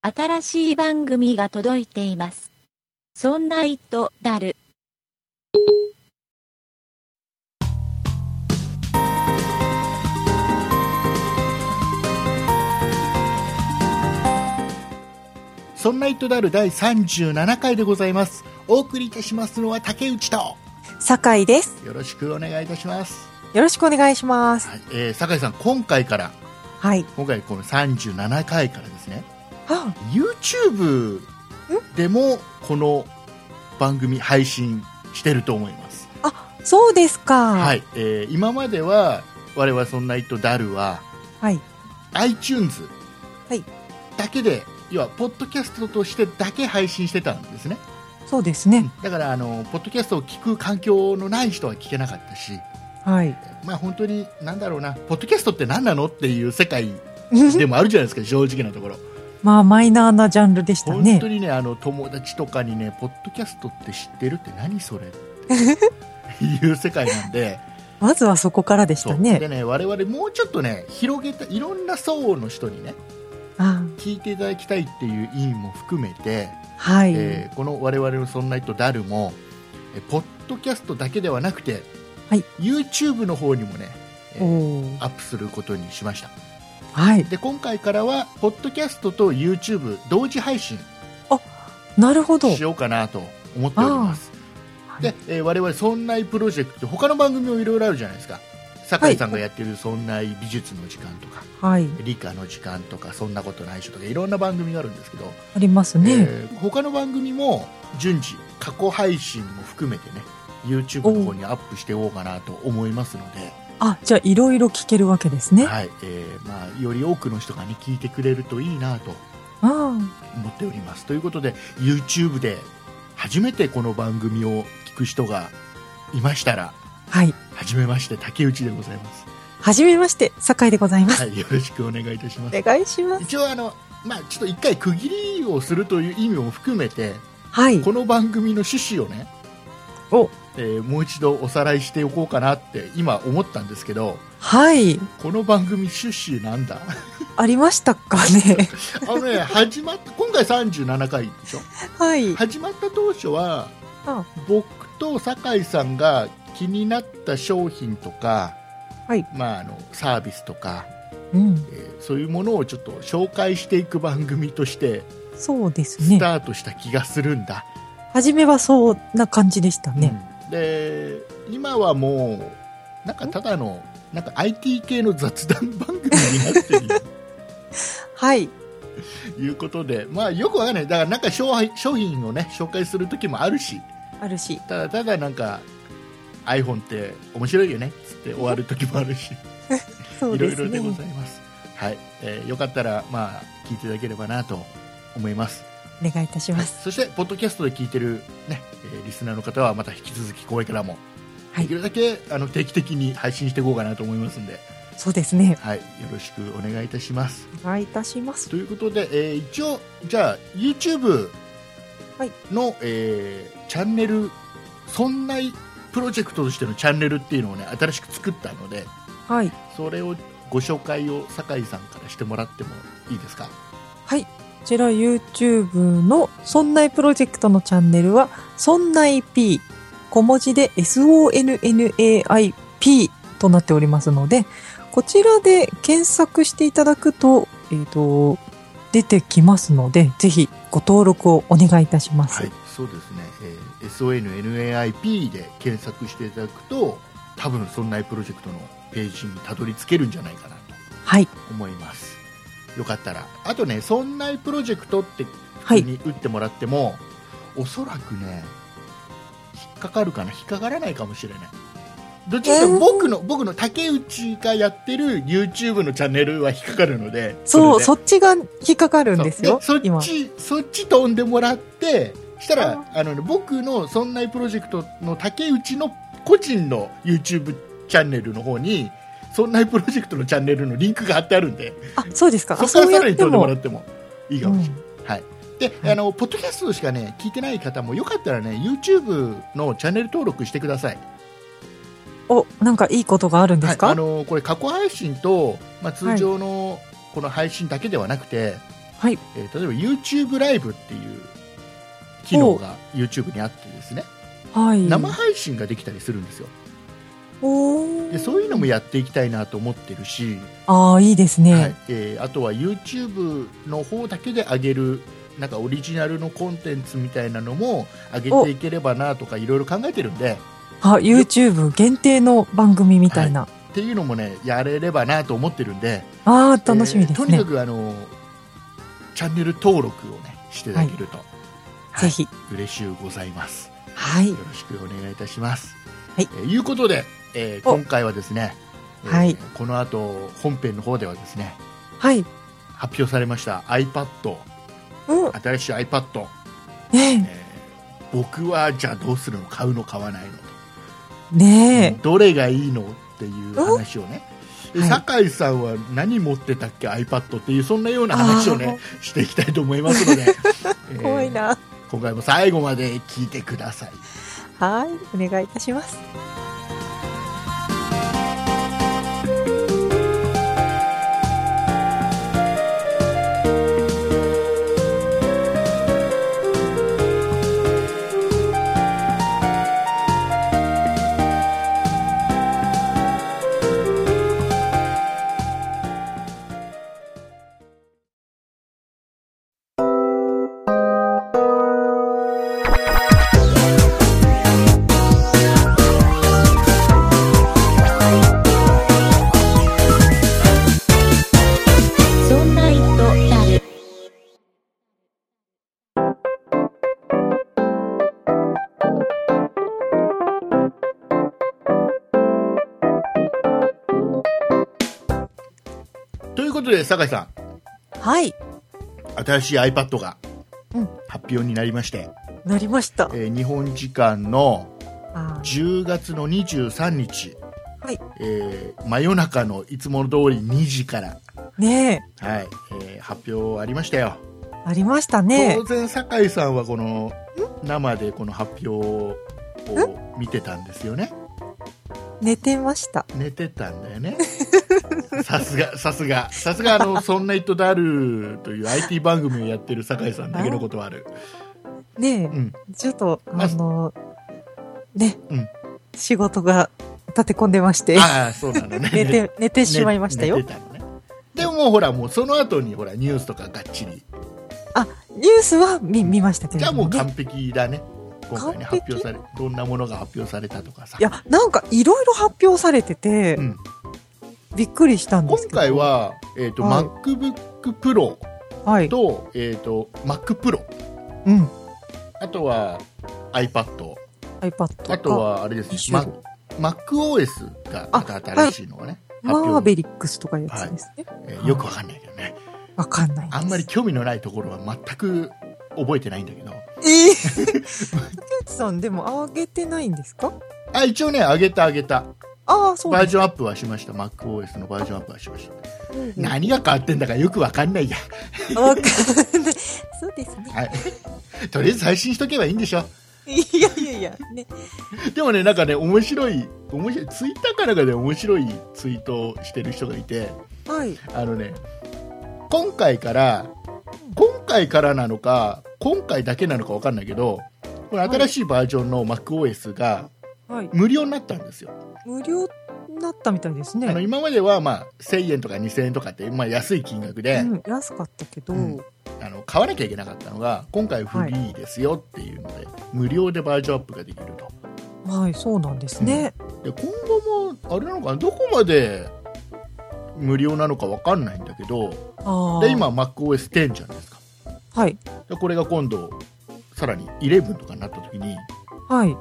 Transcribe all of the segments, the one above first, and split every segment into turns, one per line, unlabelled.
新しい番組が届いています。そんな糸だる。
そんな糸である第37回でございます。お送りいたしますのは竹内と。
酒井です。
よろしくお願いいたします。
よろしくお願いします。
はい、えー、酒井さん、今回から、
はい。
今回この37回からですね、
あ、
YouTube でもこの番組配信してると思います。
そうですか。。
はいい、えー、今までは、我々そんな糸だるは、
はい。
iTunes
はい
だけで、要は、ポッドキャストとしてだけ配信してたんですね。
そうですね。
だからあのポッドキャストを聞く環境のない人は聞けなかったし、
はい。
まあ、本当になんだろうなポッドキャストって何なのっていう世界でもあるじゃないですか正直なところ
まあ、マイナーなジャンルでした
本
ね
当。にねあの友達とかにねポッドキャストって知ってるって何それいう世界なん で
まずはそこからでし
そ
た
う
ね。
でね我々もうちょっとね広げたいろんな層の人にね
あ
聞いていただきたいっていう意味も含めて、
はい、
えーこの我々の「そんな人だるも」えポッドキャストだけではなくて、
はい、
YouTube の方にもね、えー
おー
アップすることにしました
はい。
で今回からはポッドキャストと YouTube 同時配信
なるほど。
しようかなと思っております
はい
で、えー我々「そんないプロジェクト」他の番組もいろいろあるじゃないですか酒井さんがやってる「そんない美術の時間」とか
はい。
「理科の時間」とか「そんなことないっしょ」とかいろんな番組があるんですけど、
ありますね。
えー他の番組も順次過去配信も含めてね YouTube の方にアップしておこうかなと思いますので、
あ、じゃあ、いろいろ聞けるわけですね。
はいえーまあ、より多くの人が、ね、聞いてくれるといいなと
あ
思っておりますということで YouTube で初めてこの番組を聞く人がいましたら
ーはい。
初めまして竹内でございます、
はじめまして、酒井でござ います。
はい、よろしくお願いいたします
お願いします。
一応あの、まあ、ちょっと一回区切りをするという意味も含めて
はい。
この番組の趣旨をね
お
えーもう一度おさらいしておこうかなって今思ったんですけど
はい。
この番組趣旨なんだ
ありましたかね。
あのね始まった今回37回でしょ
はい。
始まった当初は
あ
僕と酒井さんが気になった商品とか、
はい
まあ、あのサービスとか、
うん。
えーそういうものをちょっと紹介していく番組として
そうです
ス
ね。
タートした気がするんだ、
はじめはそんな感じでしたね。
うんで今はもうなんかただのなんか IT 系の雑談番組になってるよ
はい。
いうことで、まあ、よくわかんないだからなんか商品商品を、ね、紹介する時もあるし
あるし。
ただただなんか iPhone って面白いよねっつって終わる時もあるし
そう
いろ
で
い
す
ろ
ね。
でございます。はい、えーよかったらまあ聞いていただければなと思います。
お願いいたします。
そしてポッドキャストで聞いてるね、えーリスナーの方はまた引き続きこれからも、
はい
できるだけあの定期的に配信していこうかなと思いますんで、
そうですね。
はい、よろしくお願いいたします。
お願いいたします。
ということで、えー一応じゃあ YouTube
はい
の、えーチャンネルそんなプロジェクトとしてのチャンネルっていうのをね新しく作ったので。
はい。
それをご紹介を酒井さんからしてもらってもいいですか
はい。こちら YouTube のそんないプロジェクトのチャンネルは、そんない P、小文字で SONNAIP となっておりますので、こちらで検索していただくと、えっ、と、出てきますので、ぜひご登録をお願いいたします。
はい、そうですね、えー SONNAIP で検索していただくと多分そんなプロジェクトのページにたどり着けるんじゃないかなと
はい。
思いますよかったらあとね「そんなプロジェクト」って
はい
に打ってもらっても、おそらくね引っかかるかな引っかからないかもしれないどっちかという
え
と
ー
僕の、僕の竹内がやってる YouTube のチャンネルは引っかかるので
そう、
れで
そっちが引っかかるんですよ。
そうでそ
今
っ。ちそっち飛んでもらってしたらあのね、僕の「そんなプロジェクト」の竹内の個人の YouTube チャンネルの方に「そんなプロジェクト」のチャンネルのリンクが貼ってあるんで
あ、そうですか。
そ
あ
こ
そ
か
う
ら
や
さら
っ
に
て
飛んでも
も
ら。ってもいいかもしれない、はい、で、
はい
あのポッドキャストしかね聞いてない方もよかったらね YouTube のチャンネル登録してください
お、なんかいいことがあるんですか、
はい、
は
あ
い、
のこれ過去配信と、まあ、通常のこの配信だけではなくて、
はい
えー例えば YouTube ライブっていう機能が YouTube にあってですね
はい。
生配信ができたりするんですよ
おー
でそういうのもやっていきたいなと思ってるし、
ああ、いいですね。
はいえーあとは YouTube の方だけで上げるなんかオリジナルのコンテンツみたいなのも上げていければなとかいろいろ考えてるんで
あ、YouTube 限定の番組みたいな。
っていうのもねやれればなと思ってるんで
ああ、楽しみで
えーと
す
に
ね。
かくあのチャンネル登録をねしていただけると
ぜひ。
嬉しゅうございます、
はい
よ。ろしくお願いいたします。
はい
えーいうことで、えー
お
今回はですね、えー
はい
この後本編の方ではですね
はい。
発表されました iPad
うん。
新しい iPad、
ね
えー僕はじゃあどうするの買うの買わないのと、
え。ねえ。
どれがいいのっていう話をねで
はい
酒井さんは何持ってたっけ iPad っていうそんなような話をねしていきたいと思います ので、えー
怖いな。
今回も最後まで聞いてください
はい。お願いいたします。
そんな糸だる、
ということで酒井さん
はい。
新しい iPad が
うん
発表になりまして、
なりました。
えー日本時間の
あー
10月の23日、
はい
えー真夜中のいつもの通り2時から、
ねえ。
はいえー発表ありましたよ、
ありましたね
当。然酒井さんはこの生でこの発表を見てたんですよね
寝てました。
寝てたんだよね さすがさすがさすがあの「そんな人だる」という IT 番組をやってる酒井さんだけのことはある
ねえ。
うん
ちょっと、
まあ
あの、ね、
うん
仕事が立て込んでまして、
ああそうなのね
寝て、寝てしまいましたよ
寝。てたのねでももうほらもうその後にほらニュースとかがっちり
ニュースは見、見ましたけれ
じゃあ
ど
も
も、
う
ね。
完璧だね今回ね
完
発
璧
表されどんなものが発表されたとかさ
いや、なんかいろいろ発表されてて、
うん
びっくりしたんで
今
すけど。
回、は、えーと
はい
MacBookPro
はい。
と,、えー、と MacPro
うん。
あとは iPad
iPad か。
あとはあれですね
一緒
Mac- MacOS がまた新しいのがね発
マー
表、
ベリックスとかいうやつですね。
えーよくわかんないけどね
わかんないです。
あんまり。興味のないところは全く覚えてないんだけど
ええ 竹内さん、でも、あげてないんですか
あ一応ね上げた上げた
ああ、そう
バ
で
ー
す。
ジョンアップはしました。MacOS のバージョンアップはしました。
うんうん
何が変わってんだかよくわかんないや。
わかんない。そうですね。
はい。とりあえず最新しとけばいいんでしょ。
いやいやいや、ね。
でもね、なんかね、面白い、面白い、ツイッターかなんかで面白いツイートをしてる人がいて、
はい。
あのね、今回から、今回からなのか、今回だけなのかわかんないけど、この新しいバージョンの MacOS が
はい。
無料になったんですよ。
無料になったみたいですね。
あの今までは、まあ、1000円とか2000円とかって、まあ、安い金額で、
うん、安かったけど、
うんあの買わなきゃいけなかったのが今回フリーですよっていうので、無料でバージョンアップができると
はい、そうなんですね。
で今後もあれなのかなどこまで無料なのかわかんないんだけど
ああ。
で今 MacOS10 じゃないですか
はい、
でこれが今度さらに11とかになった時に
はい。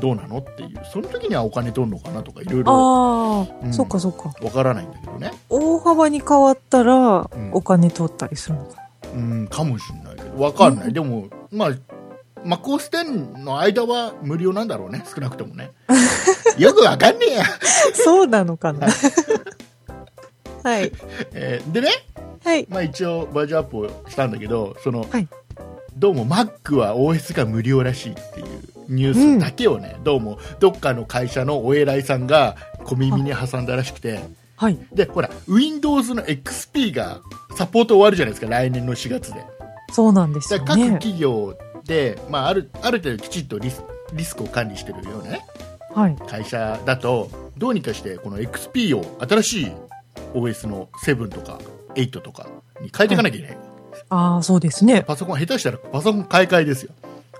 どうなのっていうその時にはお金取るのかなとかいろいろ
ああ、
うん
そっかそっか。
わからないんだけどね
大幅に変わったら
ん、
お金取ったりするのかな。
うんかもしれないけどわかんない、
うん
でもまあ MacOS10 の間は無料なんだろうね少なくとも ねよくわかんねえや
そうなのかな。はい、
えーでね、
はい。
まあ、一応バージョンアップをしたんだけどその、
はい
どうも Mac は OS が無料らしいっていうニュースだけをね、どうもどっかの会社のお偉いさんが小耳に挟んだらしくて
はい。
でほら Windows の XP がサポート終わるじゃないですか来年の4月で
そうなんです
だ
よ
から各
ね。
企業で、まあ、あるある程度きちっとリスリスクを管理してるような、ね、
はい。
会社だとどうにかしてこの XP を新しい OS の7とか8とかに変えていかなきゃいけない、
ああ、そうですね。
パソコン下手したらパソコン買い替えですよ、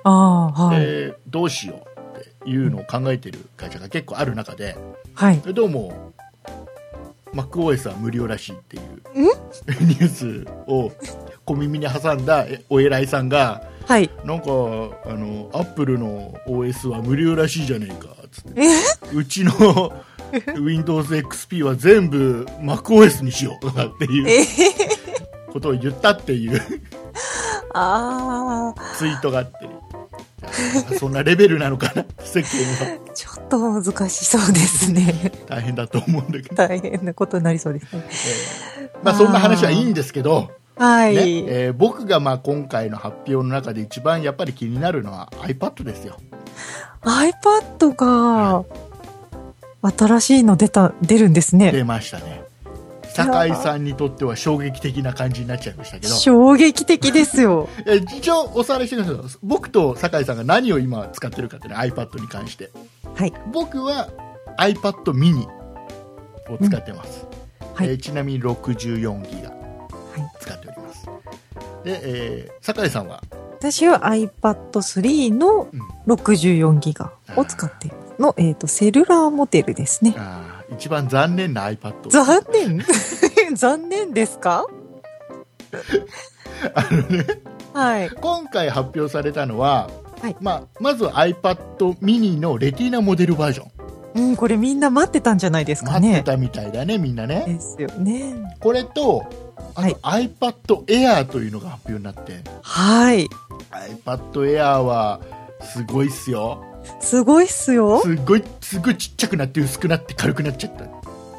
ああ、はい。
でどうしようっていうのを考えてる会社が結構ある中で
はい。
どうも MacOS は無料らしいっていう ニュースを小耳に挟んだお偉いさんが
はい。
なんかあのアップルの OS は無料らしいじゃねえかつって
え
うちの WindowsXP は全部 MacOS にしようとかっていう
え
ことを言ったっていう
ああ、
ツイートがあってそんなレベルなのかな世間は
ちょっと難しそうですね。
大変だと思うんだけど、
大変なことになりそうですね。
えーまあ、そんな話はいいんですけど、
は
ね
い。
えー僕がまあ今回の発表の中で一番やっぱり気になるのは iPad ですよ
iPad が、新しいの出た、出るんですね。
出ましたね酒井さんにとっては衝撃的な感じになっちゃいましたけど
衝撃的ですよ。
え一応おさらいしてるんですよ僕と酒井さんが何を今使ってるかってね iPad に関して
はい。
僕は iPad mini を使ってます、
はい
えーちなみに64ギガ
い
使っております、で、えー酒井さんは
私は iPad 3の
うん
64ギガを使っています。の、えっ、と、セルラーモデルですね。
あー一番残念な iPad
残念 残念ですか
あのね
はい。
今回発表されたのは、
はい
まあ、まずは iPad mini のレティーナモデルバージョン
うん、これみんな待ってたんじゃないですか
待って
ね。
たみたいだねみんなね
ですよね。
これとあと iPad Air というのが発表になって
はい。
iPad Air はすごいっすよ
すごいっすよ。
すごいすごいちっちゃくなって薄くなって軽くなっちゃった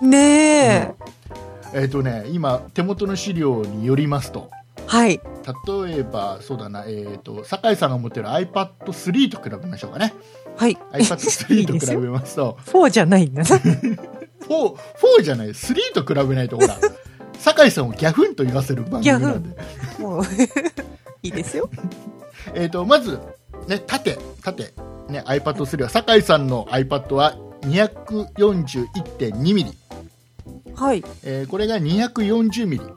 ねえ。
えっ、とね今手元の資料によりますと
はい。
例えばそうだなえっ、と酒井さんが持ってる iPad3 と比べましょうかね
はい。
iPad3 と
いい
比
です
べ
よ
ますと
4じゃないん だな。
4, 4じゃない3と比べないとほ ら酒井さんをギャフンと言わせる番組なんで
もう。 いいですよ。
えー、とまず、ね、縦縦、ね、iPad3 は酒井さんの iPad は 241.2mm、
はい。
えーこれが 240mm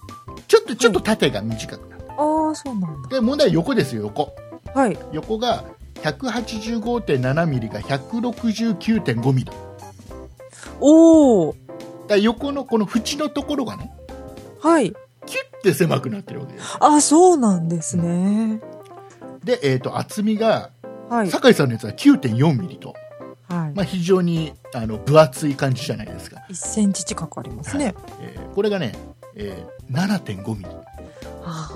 ちょっとちょっと縦が短くなる、
ああ、そうなんだ。
で問題は横ですよ横
はい。
横が 185.7mm が 169.5mm だか
おお。
ら横のこの縁のところがね
はい。
キュッて狭くなってるわけです
あ、そうなんですね。
で、えー、と厚みが
はい。
酒井さんのやつは 9.4mm と、
はい。
まあ、非常にあの分厚い感じじゃないですか
1センチ近くありますね。
えーこれがね、えー、7.5ミ
は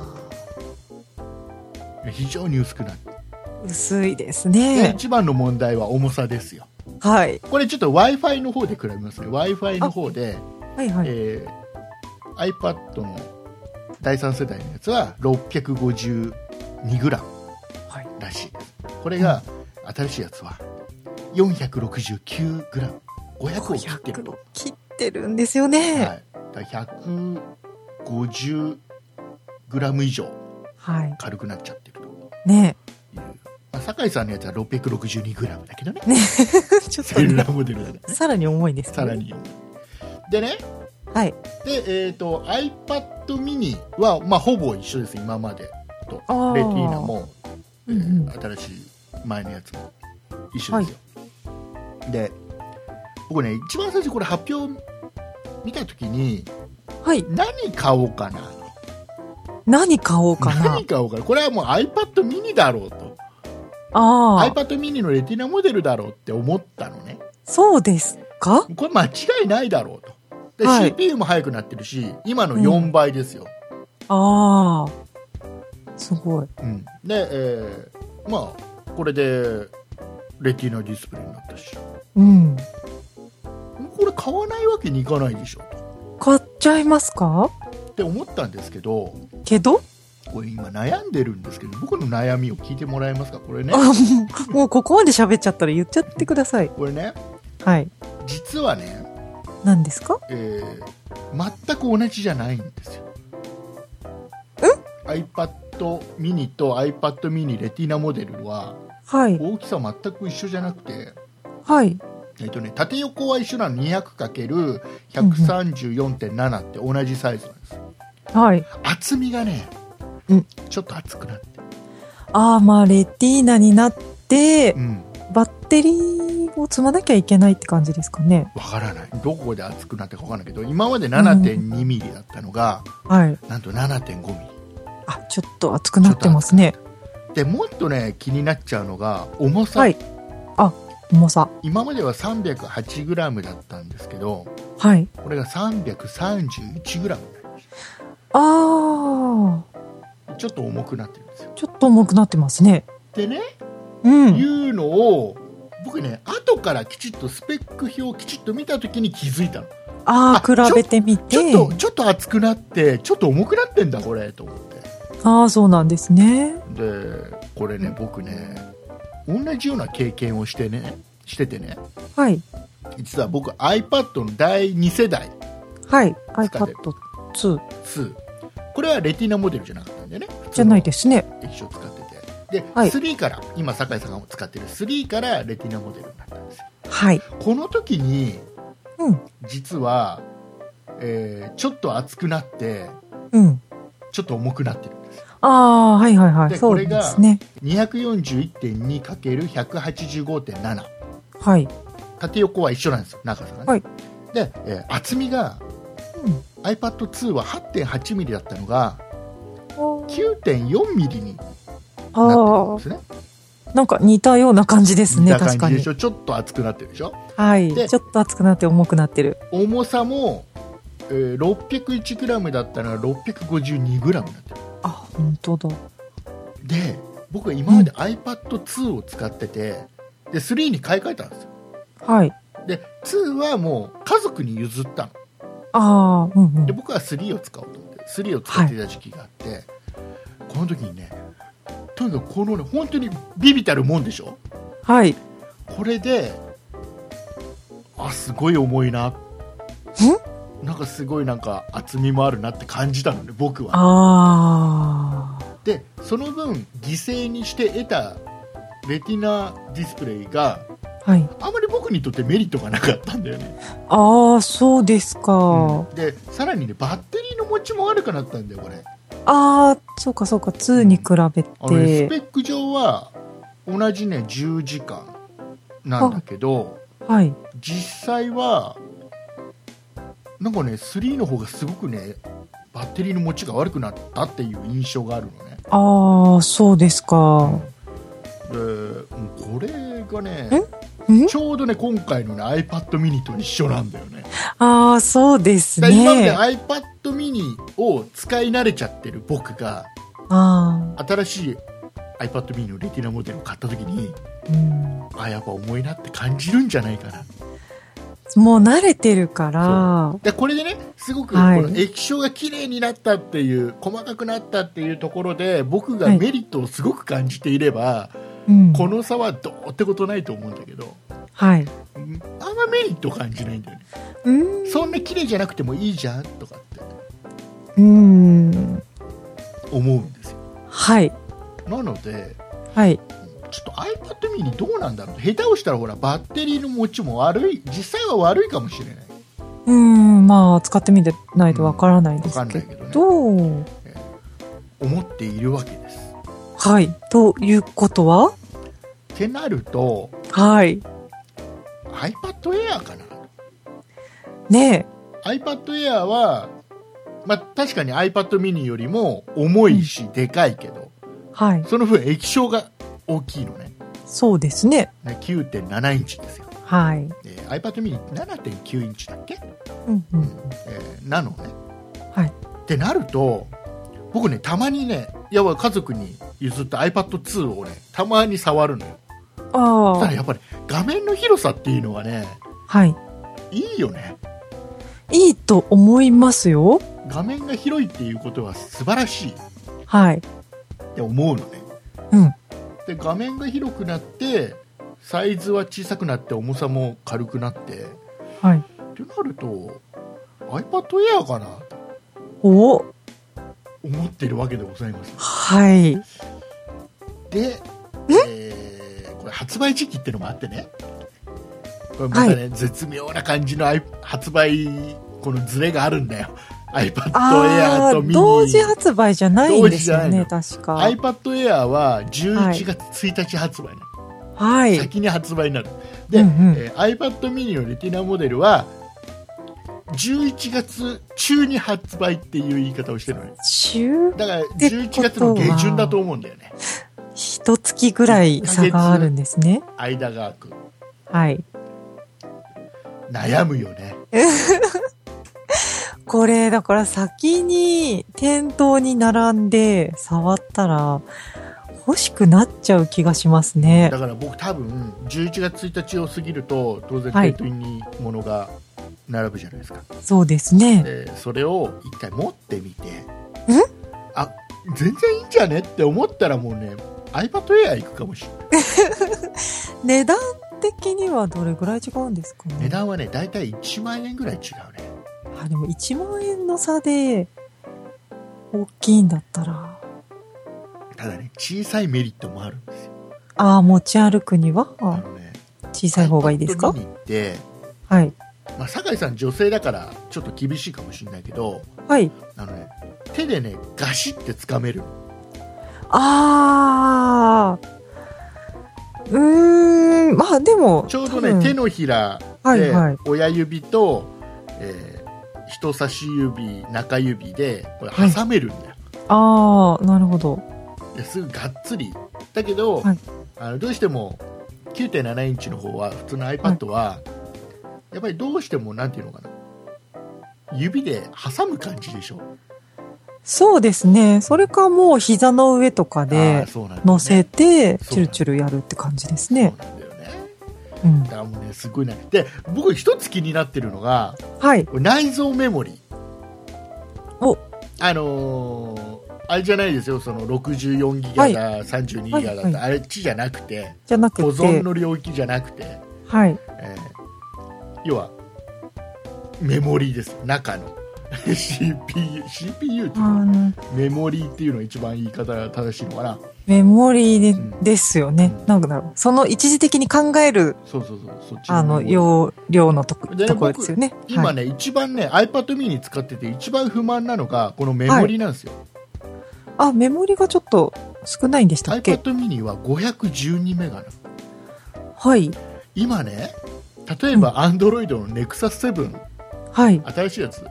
リ非常に薄くなって、
あ、薄いです
で
ね。
一番の問題は重さですよ
はい。
これちょっと w i f i の方で比べますね w i f i の方で、
はいはい。
えー iPad の第3世代のやつは 652g
はい。
らしいですこれが新しいやつは 469g500 を切ってる
500を切ってるんですよね。
はい、だから 150g 以上
はい。
軽くなっちゃってると
ね
いうまあ、酒井さんのやつは 662g だけどね
え。ちょっと
セル
ね
ラーモデルだね
さらに重いですね
さら。にでね
はい。
で、えー、と iPad mini は、まあ、ほぼ一緒です今までと
あー
レティーナも、えー
うんうん
新しい前のやつも一緒ですよ、で僕ね一番最初これ発表見た時に
はい。
何買おうかな
何買おうかな
何。買おうかなこれはもう iPad mini だろうと
ああ、
iPad mini のレティーナモデルだろうって思ったのね
そうですか
これ間違いないだろうと。で、
はい
CPU も速くなってるし、今の
うん
4倍ですよ。
ああ。すごい。
うんで、えーまあ、これで、レティーナディスプレイになったし、
うん。
これ買わないわけにいかないでしょ
買っちゃいますか
と。って思ったんですけど、
けど、
これ今悩んでるんですけど、僕の悩みを聞いてもらえますかこれね
あ。もうもうここまで喋っちゃったら言っちゃってください。
これね、
はい。
実はね、
何ですか
えー全く同じじゃないんですよ。 iPad mini と iPad mini レティナモデルは
はい。
大きさ全く一緒じゃなくて、
はい。
えっとね、縦横は一緒なの 200×134.7 って同じサイズなんです
はい。
厚みがね、
うん
ちょっと厚くなって、
ああ、まあ、レティーナになって
う、ん、
バッテリーを積まなきゃいけないって感じですかね。
わからないどこで厚くなったかわからないけど今まで7.2ミリだったのが、
はい。
なんと7.5ミリ
あ、ちょっと熱くなってますね。
でもっとね気になっちゃうのが重さ、
はい重さ。
今までは 308g だったんですけど
はい。
これが 331g になりまし
ああ、
たちょっと重くなってるんですよ
ちょっと重くなってますね。
でね、
う
い
ん。
うのを僕ね後からきちっとスペック表をきちっと見た時に気づいたの
あ
あちょ
あ、比べてみ
ちょ
て。
っと、ちょっと厚くなってちょっと重くなってんだこれと思って
ああ、そうなんですね。
でこれね僕ね同じような経験をしてねしててね
はい。
実は僕 iPad の第2世代
はい。
使って
iPad 2
2これはレティナモデルじゃなかったんでね
じゃないですね。
普通の液晶を使っててで、
はい
3から今酒井さんが使ってる3からレティナモデルになったんですよ
はい。
この時に
うん。
実は、えーちょっと厚くなって
うん。
ちょっと重くなってるんです
ああ、はいはいは
で
い。そうですね。
241.2×185.7
はい。
縦横は一緒なんですよ長さがね、
はい
で、えー厚みが
うん。
iPad2 は 8.8mm だったのが
あ
9.4mm になってるん
あ
ですね
ー、なんか似たような感じです
見
ね、
た
確
感
か
じ
に
でし。ょちょっと厚くなってるでしょ
はい。
で
ちょっと熱くなって重くなってる。
重さも、えー 601g だったのが 652g になってる
あ、本当だ。
で僕は今まで iPad2 を使っててで3に買い替えたんですよ
はい。
で2はもう家族に譲ったの
ああ、うんう
で
ん。
僕は3を使おうと思って3を使っていた時期があって、この時にねとにかくこのね本当にビビたるもんでしょ
はい。
これであすごい重いななんかすごいなんか厚みもあるなって感じたのね僕は
ああ、
でその分犠牲にして得たレティナディスプレイが
はい。
あまり僕にとってメリットがなかったんだよね、
ああ、そうですか。
でさらにねバッテリーの持ちも悪くなったんだよこれ
ああ、そうかそうか、2に比べ
あのねスペ
て。
ック上は同じね10時間なんだけど
はい。
実際はなんかね3の方がすごくねバッテリーの持ちが悪くなったっていう印象があるのね
ああ、そうですか。
でもうこれがね
ん
ちょうどね今回のね iPad mini と一緒なんだよね
ああ、そうです
だから今まで
ね。
iPad mini を使い慣れちゃってる僕が
あ
新しい iPad mini のレティナモデルを買った時に
あ、うん。
あやっぱ重いなって感じるんじゃないかな
もう慣れてるから。
でこれでねすごくこ
はい
の液晶が綺麗になったっていう、細かくなったっていうところで僕が
はい
メリットをすごく感じていれば、
うん。
この差はどうってことないと思うんだけど
はい。
うんあんまメリット感じないんだよね
うん。
そんな綺麗じゃなくてもいいじゃんとかって
うん。
思うんですよ
はい。
なので
はい。
ちょっと iPad mini どうなんだろう下手をしたらほらバッテリーの持ちも悪い実際は悪いかもしれない
うん。まあ、使ってみてないとわからないで
わか
す
ん
け
ない
ど。
けどね思っているわけです
はい。ということは
ってなると
はい。
iPad Air かな
ね
iPad Air は、まあ、確かに iPad mini よりも重いし、でかいけど、
え。はい。
その分液晶が大きいのね。
そうですね。
ね9.7インチですよ。
はい。
えー iPad mini 7.9インチだっけ、
うんう
うん
ん。
えーなのね。
はい。
ってなると、僕ね、たまにね、やばい家族に譲った iPad2 をね、たまに触るのよ。
あ
ただ
あ。
やっぱり画面の広さっていうのはね、
はい。
いいよね。
いいと思いますよ。
画面が広いっていうことは素晴らしいっ
はい。
て思うのね。
うん。
で画面が広くなってサイズは小さくなって重さも軽くなってって
はい。
なると iPad Air かなと
お
思っているわけでございます
はい。
で、えーこれ発売時期ってのもあってねこれまたね、絶妙な感じの i- 発売このズレがあるんだよ iPad
あ
Air と
あ、
ミニ
同時発売じゃないんですよね、
同
確か。
iPad Air は11月1日発売なの、
はい。
先に発売になるで、
うんうん
えー iPad mini のレティナモデルは11月中に発売っていう言い方をしてるのよ
週
だから11月の下旬だと思うんだよね
一月ぐらい差があるんですね。
間が空く
はい。
悩むよね
これ、だから先に店頭に並んで触ったら欲しくなっちゃう気がしますね
だ。から僕多分11月1日を過ぎると当然
はい
店頭に物が並ぶじゃないですか、
そうですね。
でそれを一回持ってみてあ全然いいんじゃねって思ったらもうね iPad Air 行くかもしれない
値段的にはどれぐらい違うんですかね。
値段はね大体1万円ぐらい違うね
あ、でも1万円の差で大きいんだったら。
ただね小さいメリットもあるんですよ
ああ、持ち歩くには
あ
あ
のね
小さい方がいいですか
iPad mini って、
はい。
まあ、酒井さん女性だからちょっと厳しいかもしれないけど
はい。
あのね手でねガシって掴める
ああ。うーん。まあでも、
ちょうど
多
ね
分
手のひら
はい
で
はい
親指と、えー人差し指中指でこれ挟めるんだよ、
ああ、なるほど。
ですぐがっつりだけど、
はい
あのどうしても9.7インチの方は普通の iPad は、やっぱりどうしてもなんていうのかな指で挟む感じでしょ
そうですね。それかもう膝の上とか
あー
で
そうなんだよね
乗せて、
そう
チュルチュルやるって感じですね。
そうなんだよね
うん
だ。からもうねすごいねで僕一つ気になってるのが
はい。
内蔵メモリ
お
あのーあれじゃないですよその64ギガだ、32ギガだって、
はいは
あれっちじゃなくて
じゃな
保
く
存
て、
の領域じゃなくて、
はい。
えー要はメモリです中の CPU, CPU って
あ
いうの
の、
メモリっていうのが一番言い方が正しいのかな
メモリーで
うん
ですよね
う。ん
なんだろう。その一時的に考える、
そうそうそうそっち
あの、
メモリ
容量のとこ
でね
ところですよね。は
今
い。
ね、一番ね iPad mini 使ってて一番不満なのがこのメモリなんですよ、
あ、メモリがちょっと少ないんでしたっけ
iPad mini は512メガなの
はい。
今ね例えば Android の Nexus7
はい。
新しいやつ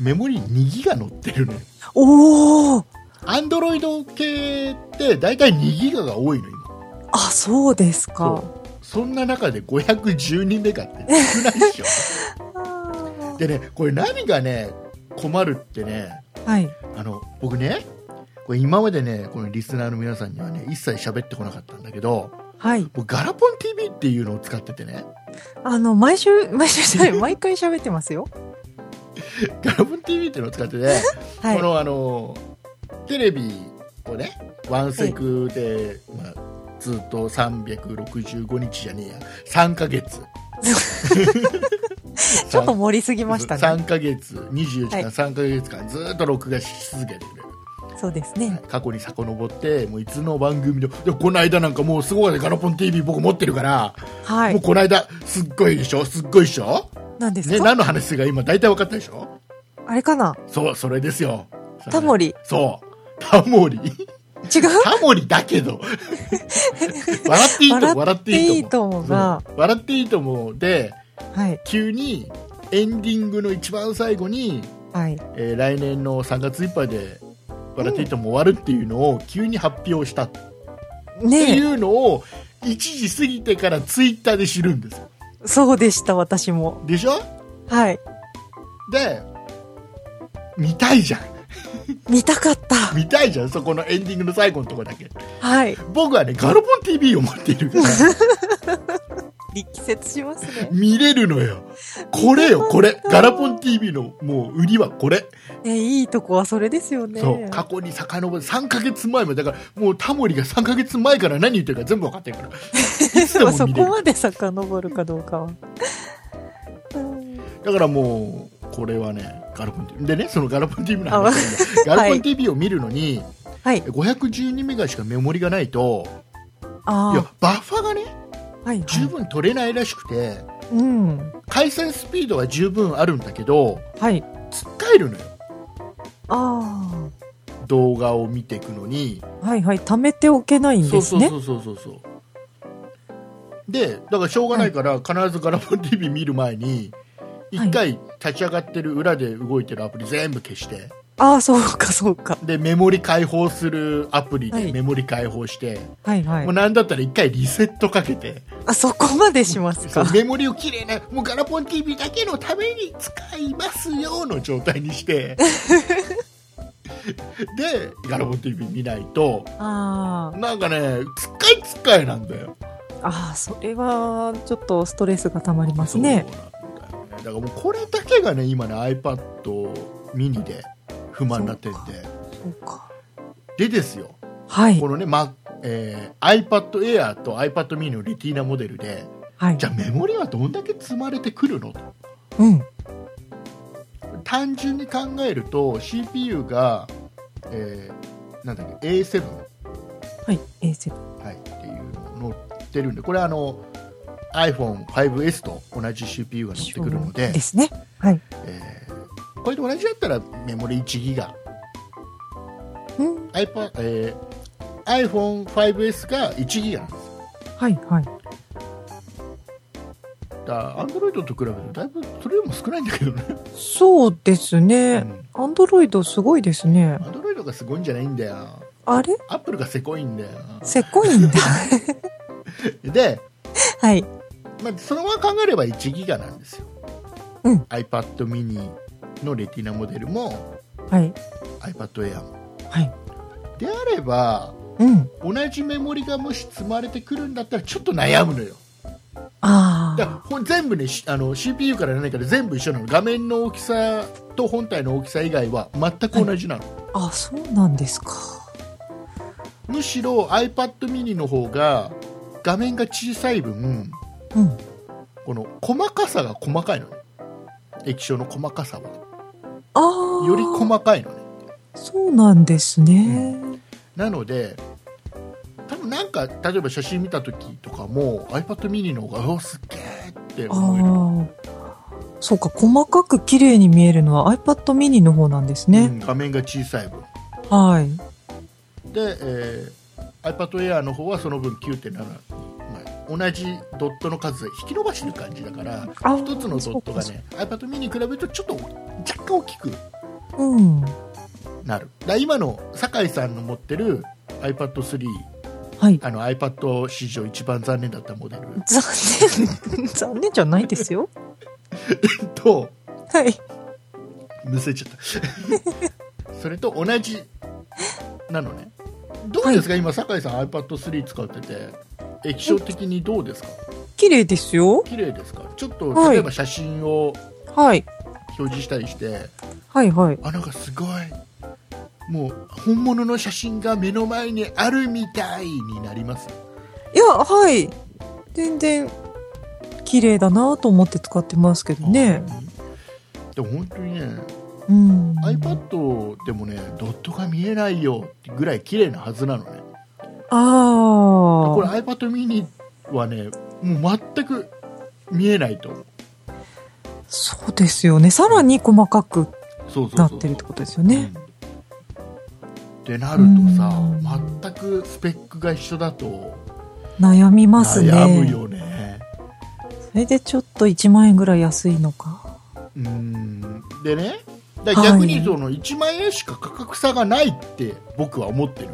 メモリ2ギガ載ってるのよ
おー
Android 系って大体2ギガが多いの今
あ、そうですか
そ。そんな中で512メガって少ないでしょ
あ
でねこれ何がね困るってね
ーはい。
あの僕ねこれ今までねこのリスナーの皆さんにはね一切喋ってこなかったんだけど
はい。
僕ガラポン TV っていうのを使っててね
あの、毎週、毎週じゃな い、毎回喋ってますよ。
ガラポン TV っていうのを使ってて、
はい
こ。のあのテレビをねワンセクで、まあ、ずっと365日じゃねえや3ヶ月
ちょっと盛りすぎましたね。
3ヶ月24時
は
間
い
3ヶ月間ずっと録画し続けてくれる、
そうですね。
過去に遡ってもういつの番組ででこの間なんかもうすごいねガラポン TV 僕持ってるから、
は
もう
い。
この間すっごいでしょすっごいでしょ、
何です
ね、
か
何の話するか今大体分かったでしょ
あれかな
そうそれですよそれ
タモリ。
そうタモリ
違う
タモリだけど笑っていいとも笑っていいとも
ともが、
うん笑っていいともで
はい。
急にエンディングの一番最後に
はい。
えー来年の3月いっぱいで「笑っていいとも」終わるっていうのを急に発表したってい
ねえ、
うのを1時過ぎてからツイッターで知るんですよ
そうでした、私も。
でしょ
はい。
で見たいじゃん
見たかった。
見たいじゃんそこのエンディングの最後のとこだけ
はい。
僕はねガロポン TV を持っているから
力説しますね。
見れるのよこれよこれガラポン TV のもう売りはこれ、
ねいいとこはそれですよね。
そう過去に遡る3ヶ月前までだからもうタモリが3ヶ月前から何言ってるか全部分かってるからいつでも見れ
そ
る
こまで遡るかどうかは。うん
だからもうこれはねガラポン TV でねそのガラポン TV の話なんだけど
あは
ガ
い
ラポン TV を見るのに、
はい。
512メガしかメモリがないと
あ
い
あ
や。バッファがね
はい、はい。
十分取れないらしくて、
うん。
回線スピードは十分あるんだけど
はい。
つっかえるのよ
あ
動画を見ていくのに、
あ。はいはい。貯めておけないん
そ
で
う
す
そう
ね。
そうそうそうそうでだからしょうがないから、必ずガラポン TV 見る前に
はい
一回立ち上がってる裏で動いてるアプリ全部消して
ああ、そうか、そうか。
でメモリ解放するアプリ
は
で
い
メモリ解放して、
はいはい
もう。なんだったら一回リセットかけて
あ、そこまでします
そ
か
う。メモリをきれいなもうガラポン TV だけのために使いますよの状態にして でガラポン TV 見ないと
ああ。
なんかねつっかいつっかいなんだよ
ああ、それは、ちょっとストレスがたまりますね。
そうなんだよねだからもうこれだけがね今ね iPad ミニで不満な点で
そうか。
でですよ
はい
こ。のね、まえー iPad Air と iPad mini のレティーナモデルで
はい
じ。ゃあメモリはどんだけ積まれてくるのと
うん。
単純に考えると CPU が、えーなんだっけ A7、
はい。えー、せ
はい、っていうのが載ってるんでこれはあの iPhone5S と同じ CPU が載ってくるので
ですね。はい。
えーこれと同じだったらメモリ1ギガ
うん。
iPhone、えー、iPhone5S が1ギガなんです
はいはい。
だアンドロイドと比べるとだいぶそれよりも少ないんだけどね
そうですね。アンドロイドすごいですね。
アンドロイドがすごいんじゃないんだよ
あれ
アップルがせこいんだよ
せこ いんだ。
で、
はい。
まあ、そのまま考えれば1ギガなんですよ、
うん
iPad mini のレティナモデルも
はい。
iPad Air も
はい。
であれば
うん。
同じメモリがもし積まれてくるんだったらちょっと悩むのよ
あ
だから
あ。
ほん全部ねしあの CPU から何から全部一緒なの画面の大きさと本体の大きさ以外は全く同じなの、
あ、そうなんですか。
むしろ iPad mini の方が画面が小さい分
うん。
この細かさが細かいのね液晶の細かさは
ああ。
より細かいのね
そうなんですね。
なので多分なんか例えば写真見た時とかも iPad mini の方がおすっげーって思える
ああ。そうか、細かく綺麗に見えるのは iPad mini の方なんです
う
ね。
ん画面が小さい分
はい。
で、えー iPad Air の方はその分9.7、まあ、同じドットの数で引き伸ばしてる感じだから
あ
一つのドットが。
そうか
ね iPad mini に比べるとちょっと若干大きく
そうかうん。
なるだから今の酒井さんの持ってる iPad3
はい。
あの iPad 史上一番残念だったモデル
残念。 残念じゃないですよ。
と
はい。
むせちゃった それと同じなのねどうですか、今酒井さん iPad3 使ってて液晶的にどうですか
綺麗ですよ。
綺麗ですかちょっと
はい
例えば写真を
はい。
表示したりして、
はいはい。
あなんかすごいもう本物の写真が目の前にあるみたいになります
いや、はい。全然、綺麗だなと思って使ってますけどね。
でも本当にね
うん。
iPad でもねドットが見えないよってぐらい綺麗なはずなのねこれ
ああ。
iPad mini はねもう全く見えないと思う
そうですよね。さらに細かく
そうそうそう
なってるってことですよね。
うんってなるとさ
うん
全くスペックが一緒だと
悩みますね。
悩むよね
それでちょっと1万円ぐらい安いのか。
うんでねだから逆にその1万円しか価格差がないって僕は思ってる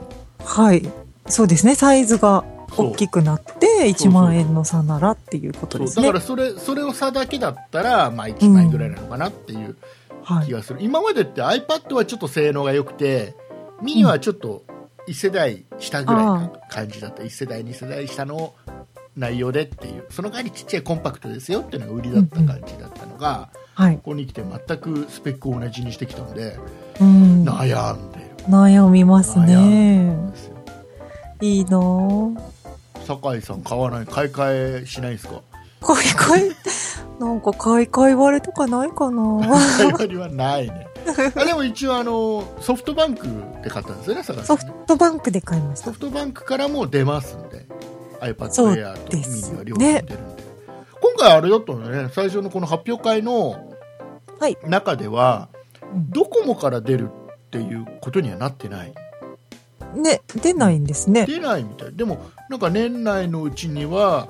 はい。そうですね。サイズが
そう
大きくなって、
そう
1万円の差ならっていうこと
そう
です
だ
ね。
からそれそれを差だけだったら、まあ、1万円ぐらいなのかなっていう
は
気
い。
がする、今までって iPad はちょっと性能が良くてミニはちょっと1世代下ぐらいな感じだった、1世代2世代下の内容でっていうその代わりちっちゃいコンパクトですよっていうのが売りだった感じだったのが、
はい
こ。こに来て全くスペックを同じにしてきたんで
うん。
悩んでるん
悩みますね。
ですよ
いいなぁ。
酒井さん買わない買い替えしないんですか
買い替え、 なんか買い替え割れとかない かな
買い割りはないねあでも一応あのソフトバンクで買ったんですよね佐賀さ
ソ
ん
フ
ね
トバンクで買いまし
ソ
た
フトバンクからも出ますんで iPad
そう
Air と
で
mini
す
は両方出るんで今回あれだったのね最初のこの発表会の
はい
中では、
うん
ドコモから出るっていうことにはなってない
ね出ないんですね
出ないみたいでもなんか年内のうちには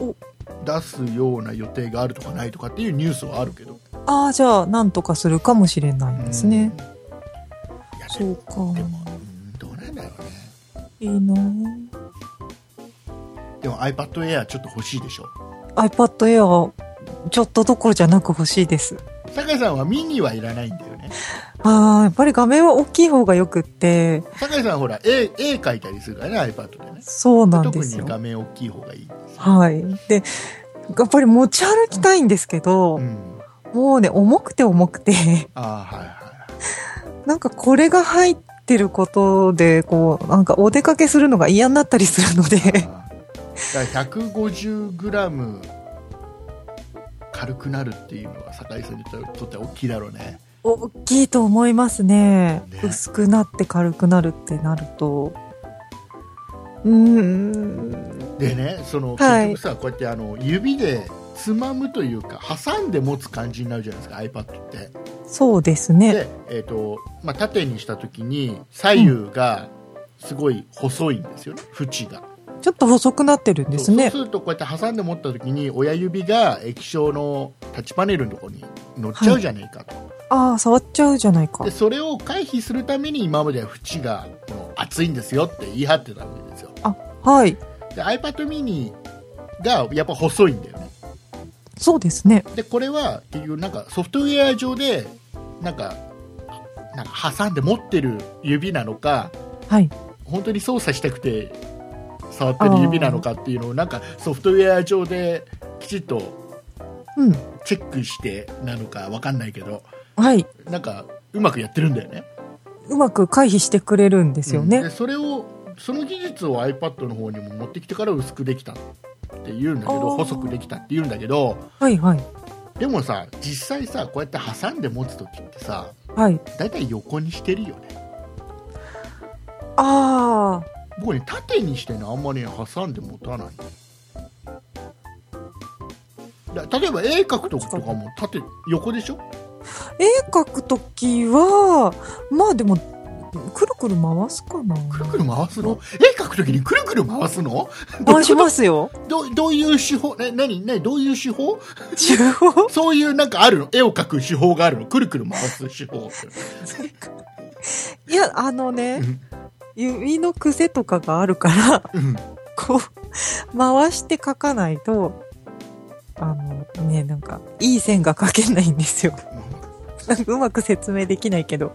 お
出すような予定があるとかないとかっていうニュースはあるけど
ああじゃあなんとかするかもしれないですね、
いやで
そう
も
か
でもうんどうなんだろうね
いいな
でも iPad Air ちょっと欲しいでしょ
iPad Air ちょっとどころじゃなく欲しいです
酒井さんはミニはいらないんだよね
ああやっぱり画面は大きい方がよくって
酒井さんはほら絵絵描いたりするからね iPad でね
そうなん
特
です
に
よ
画面大きい方がいいですよ
はいでやっぱり持ち歩きたいんですけど、
うん
もうね重くて重くて
ああはいはい
なんかこれが入ってることでこうなんかお出かけするのが嫌になったりするので
あーだから 150g 軽くなるっていうのは酒井さんにとっては大きいだろうね
大きいと思いますね
ね
薄くなって軽くなるってなるとうーん
でねその
は
結
い
局さ、こうやってあの指でつまむというか挟んで持つ感じになるじゃないですか iPad って
そうですね
で、えーとまあ、縦にした時に左右がすごい細いんですよね、縁が
ちょっと細くなってるんです
そう
ね
そうするとこうやって挟んで持った時に親指が液晶のタッチパネルのところに乗っちゃうじゃないかと、
ああ触っちゃうじゃないか
でそれを回避するために今までは縁がこの厚いんですよって言い張ってたわけですよ
はい
で iPad mini がやっぱ細いんだよね
そうですね
でこれはっていうなんかソフトウェア上でなんかなんか挟んで持ってる指なのか
はい
本当に操作したくて触ってる指なのかっていうのをなんかソフトウェア上できちっと
うん
チェックしてなのかわかんないけど
はい
なんかうまくやってるんだよね。
うまく回避してくれるんですよね、
うんでそれをその技術を iPad の方にも持ってきてから薄くできたって言うんだけ
あ
ど
ー
細くできたって言うんだけど
はいはい
でもさ実際さこうやって挟んで持つ時ってさ
はい
大体横にしてるよね
ああ
僕ね縦にしてねあんまりね挟んで持たないだ例えば絵描くとことかも縦横でしょ
絵描くときはまあでもくるくる回すかな
くるくる回すの絵描くときにくるくる回すの
回しま すよ
どどういう手法え何何どういう手法
中央
そういうなんかあるの絵を描く手法があるのくるくる回す手法って
いやあのね指の癖とかがあるから
うん
こう回して描かないとあのねなんかいい線が描けないんですよ なんかうまく説明できないけど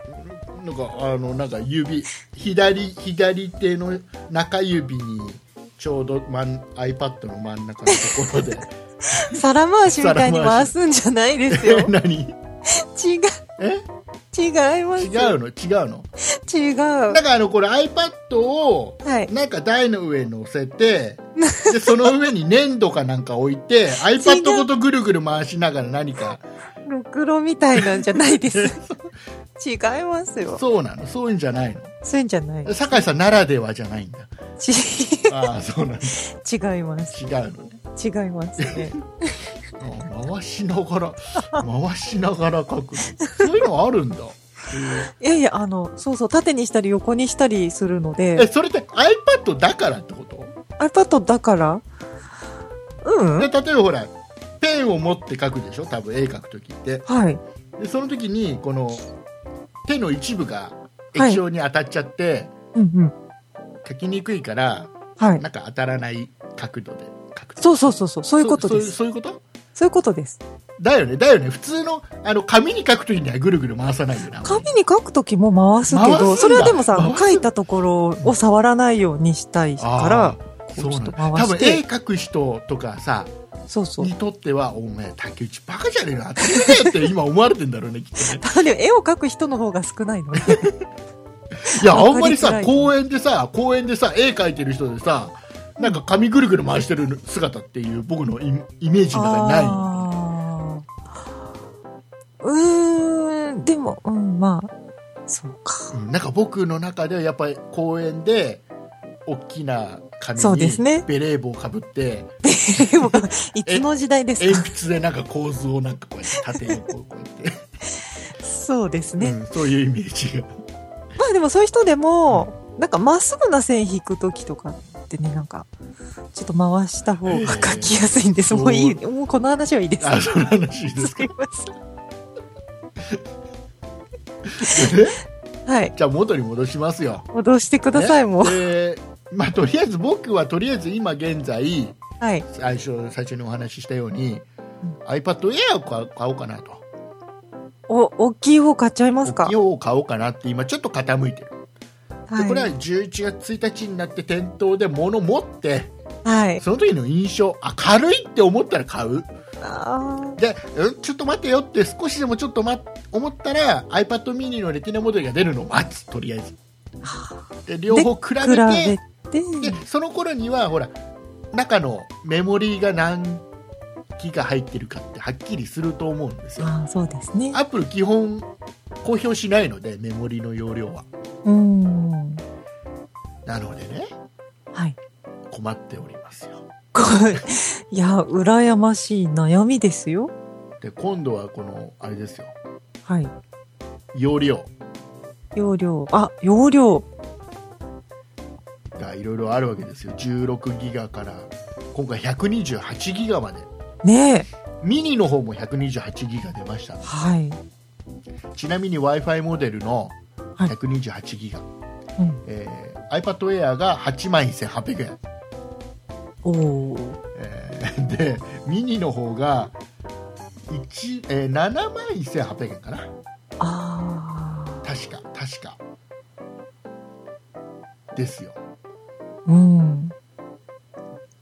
なんかあのなんか指左左手の中指にちょうど真ん iPad の真ん中のところで
皿回しみたいに回すんじゃないで すよ違う
何え
違います
違うの違うの
違う
だからあのこれ iPad を
はい
なんか台の上に乗せてでその上に粘土かなんか置いて iPad ごとぐるぐる回しながら何か
ろくろみたいなんじゃないです 違いますよ
そうなのそういうんじゃないの
そういうんじゃない
酒井さんならではじゃ ないんだ
ち
ああそうなんだ
違います
違うのね
違いますね
あ回しながら回しながら書くのそういうのあるんだ
いやいやあのそうそう縦にしたり横にしたりするの
え
で
それって iPad だからってこと
iPad だからうん
で例えばほらペンを持って書くでしょ多分絵描く時って
はい
でその時にこの手の一部が
はい
液晶に当たっちゃって、
うんうん
書きにくいから
はい
なんか当たらない角度で書くと
そうそうそうそうそういうことで
そ
す
そういうこと
そういうことです
だよねだよね普通のあの紙に書く時にはぐるぐる回さないよな
紙に書くときも回すけ
回すん
ど
だ
それはでもさ
回す
書いたところを触らないようにしたいからこう
そうな
ちょ
ん
っ
だ
と
多
回し
分絵
て
描く人とかさ
そうそう
にとってはお前竹内バカじゃねえな当たり前だよって今思われてんだろうねきっとね
でも絵を描く人の方が少ないの ね
いやあ
わ
ん
か
ま
り
り
づら
さ
い
公園でさ公園でさ絵描いてる人でさなんか紙ぐるぐる回してる姿っていう僕のイイメージの中にない
うーん、でも、うん、まあ、そうか。
うんなんか僕の中ではやっぱり公園で大きな紙
そうです
に
ね
ベレー帽をかぶって、
でも、いつの時代です
鉛
か
筆でなんか構図をなんかこうやって縦にこうこうやっ
そうです
て、
ね。
うんそういうイメージが
まあでもそういう人でも、なんかまっすぐな線引くときとかってね、なんか、ちょっと回した方が
ええ
書きやすいんです。もういい、もうこの話はいいです。
あその話です
す
か
いませ
でね
ん。はい。
じゃあ元に戻しますよ
戻してください、もう。
でまあ、とりあえず僕はとりあえず今現在
はい。
最初最初にお話ししたように、
うん
iPad Air を買買おうかなと
お、大きい方買っちゃいます
大
か
きい方を買おうかなって今ちょっと傾いてる、
は
で
い。
これは11月1日になって店頭で物持って
はい。
その時の印象あ軽いって思ったら買う
あー
でうんちょっと待てよって少しでもちょっと、ま、思ったら iPad mini のレティナモデルが出るのを待つとりあえずで両方比べ
比
て
べて、
でその頃にはほら中のメモリーが何ギガ入ってるかってはっきりすると思うんですよ
ああ、そうですね。
アップル基本公表しないのでメモリの容量は
うん。
なのでね
はい。
困っておりますよ
こ ういや、羨ましい悩みですよ。
で今度はこのあれですよ
はい。
容量
容量。あ、容量。
がいろいろあるわけですよ16ギガから今回128ギガまで
ねえ。
ミニの方も128ギガ出ました
はい。
ちなみに w i f i モデルの128ギガ、
うん。
えー iPad Air が8万1800円、
おー
えーでミニの方が1、えー、7万1800円かな
あ
確か確かですよ
あ。うん。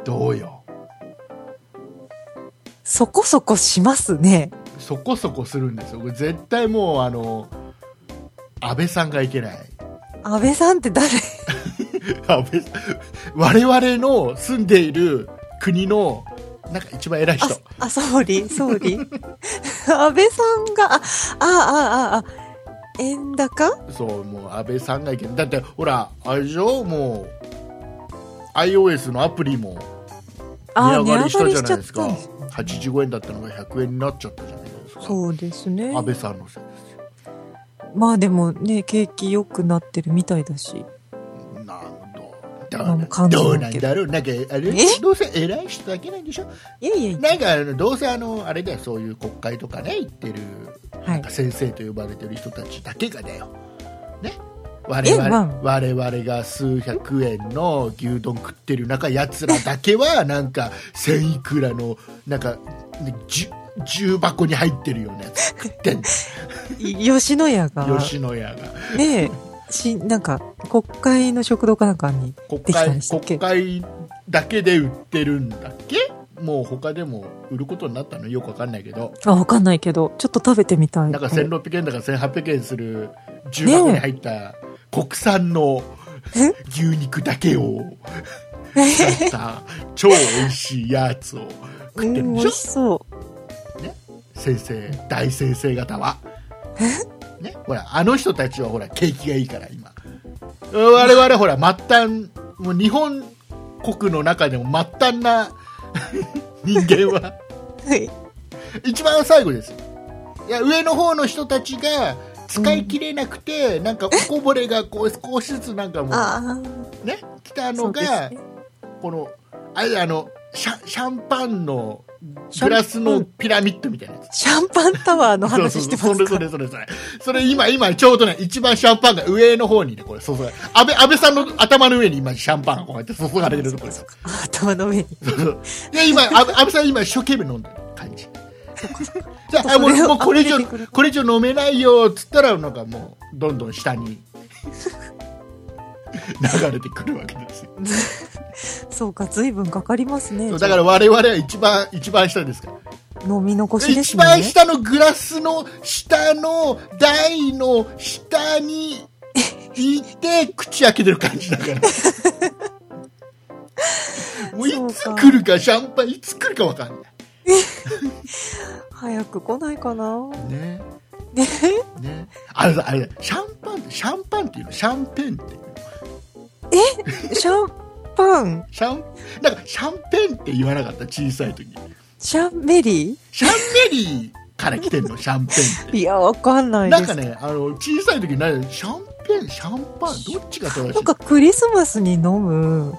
どうよ
そこそこしますね。
そこそこするんですよこれ絶対もうあの安倍さんがいけない
安倍さんって誰
安倍我々の住んでいる国のなんか一番偉い人
あ、あ、総理総理 安倍さんが、あ、あ、あ、あ、あ、円高
そうもう安倍さんがいけないだってほらあれでしょもう iOS のアプリも値
あ
上
ー、
がりしたじゃないですか
値上がりしちゃったんです
85円だったのが100円になっちゃったじゃないですか
そうですね。
安倍さんのせいです
まあでもね、景気良くなってるみたいだし。
なんど
まあもう感
ど
動
う
だ
なん
け
だろうなんかあれ
え
どうせ偉い人だけなんでしょ
いやいやいや。
なんかあのどうせあのあれだよそういう国会とかね行ってる、
は
なん
い
か。先生と呼ばれてる人たちだけがだよね
え
我々
まあ
我々が数百円の牛丼食ってる中やつらだけはなんか1000いくらのなんかねじゅ重箱に入ってるようなやつ食って ん
吉野家が
の、吉野家が
ねえ、し、なんか、国会の食堂かなんかに、
国
できたん
会
でしたっけ
国会だけで売ってるんだっけもう他でも売ることになったのよくわかんないけど
あ、わかんないけど、ちょっと食べてみたい。
なんか1600円だから1800円する重箱に入った国産の
え
牛肉だけを使った超美味しいやつを食ってる
うんん、
で
美
しょ
味しそ
先生大先生方はねほらあの人たちはほら景気がいいから今我々ほら末端もう日本国の中でも末端な 人間は
う。はい。
一番最後ですよいや上の方の人たちが使い切れなくて、なんかおこぼれがこう 少しずつなんかも
あ
うね来た
あ、
の
そうで
が、
すね。
このあれあのシャシャンパンのグラスのピラミッドみたいなやつ
シャンパンタワーの話してます
そ
か
うそうそうそれそれそれそれそれ今今ちょうどね一番シャンパンが上の方にねこれ注がれ安倍安倍さんの頭の上に今シャンパンがこうやって注がれてるところです
あ頭の上に。
で今安倍安倍さん今一生懸命飲んでる感じじゃああもう
それを
もうこれ以上
あげてくる
これ以上飲めないよっつったらなんかもうどんどん下 に流れてくるわけですよ
そうか、随分かかりますね。
だから我々は一番一番下ですから
飲み残しです
一
ね。
番下のグラスの下の台の下にいて口開けてる感じだ からもういつ来るかシャンパンいつ来るか分かんない
早く来ないかな。
ね
ね
ねあれだあれだシャンパンシャンパンっていうのシャンペンっていうの
シャンパン、
シャンなんかシャンペンって言わなかった小さい時
シャンメリ
シャンメリーから来 てんのシャンペンっ
ーいや、わかんな
て
いで
な
す。
んかねあの小さい時何シャンペンシャンパンどっちが正しい
なんかクリスマスに飲む、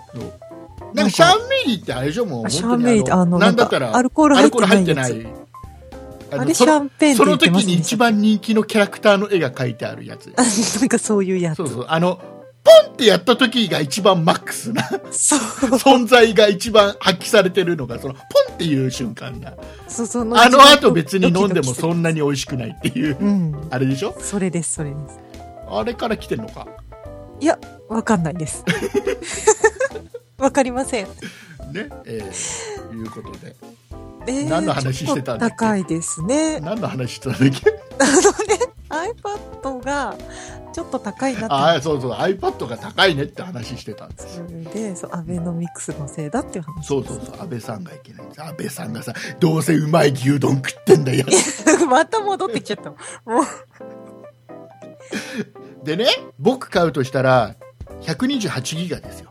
なんかシャンメリーってあれでしょもう
あシャ
本
ン
当
メリ
に
ーってあの、
な
なん
んだ
か
ったら
アルコール
ア
入
ル
っ
コー
て
ル
な
入っ
い
て
や
な
つ。
いあ
あ
の
れ
そ
シャンペンって
そ
言
の
って
時
ます
に
ね。
一番人気のキャラクターの絵が描いてあるやつ
なんかそういうやつ
そ。うそうあのポンってやった時が一番マックスな
そう。
存在が一番発揮されてるのがそのポンっていう瞬間だ
そうその
あの後別に飲んでも
う。
そんなに美味しくないっていう
うん。
あれでしょ
それです、それです。
あれから来てんのか
わかんない です。わかりません。
ねえー、いうことで
えー
何の話してたんだっけ
ちょと高いですね。
何の話してたんだっけ
あのね、iPad がちょっと高いなっ
ああそうそう iPad が高いねって話してたんです
て思うので、そう、アベノミクスのせいだっていう話。
そうそうそう安倍さんがいけないんです安倍さんがさどうせうまい牛丼食ってんだよ
また戻ってきちゃった。もう、
でね僕買うとしたら128ギガですよ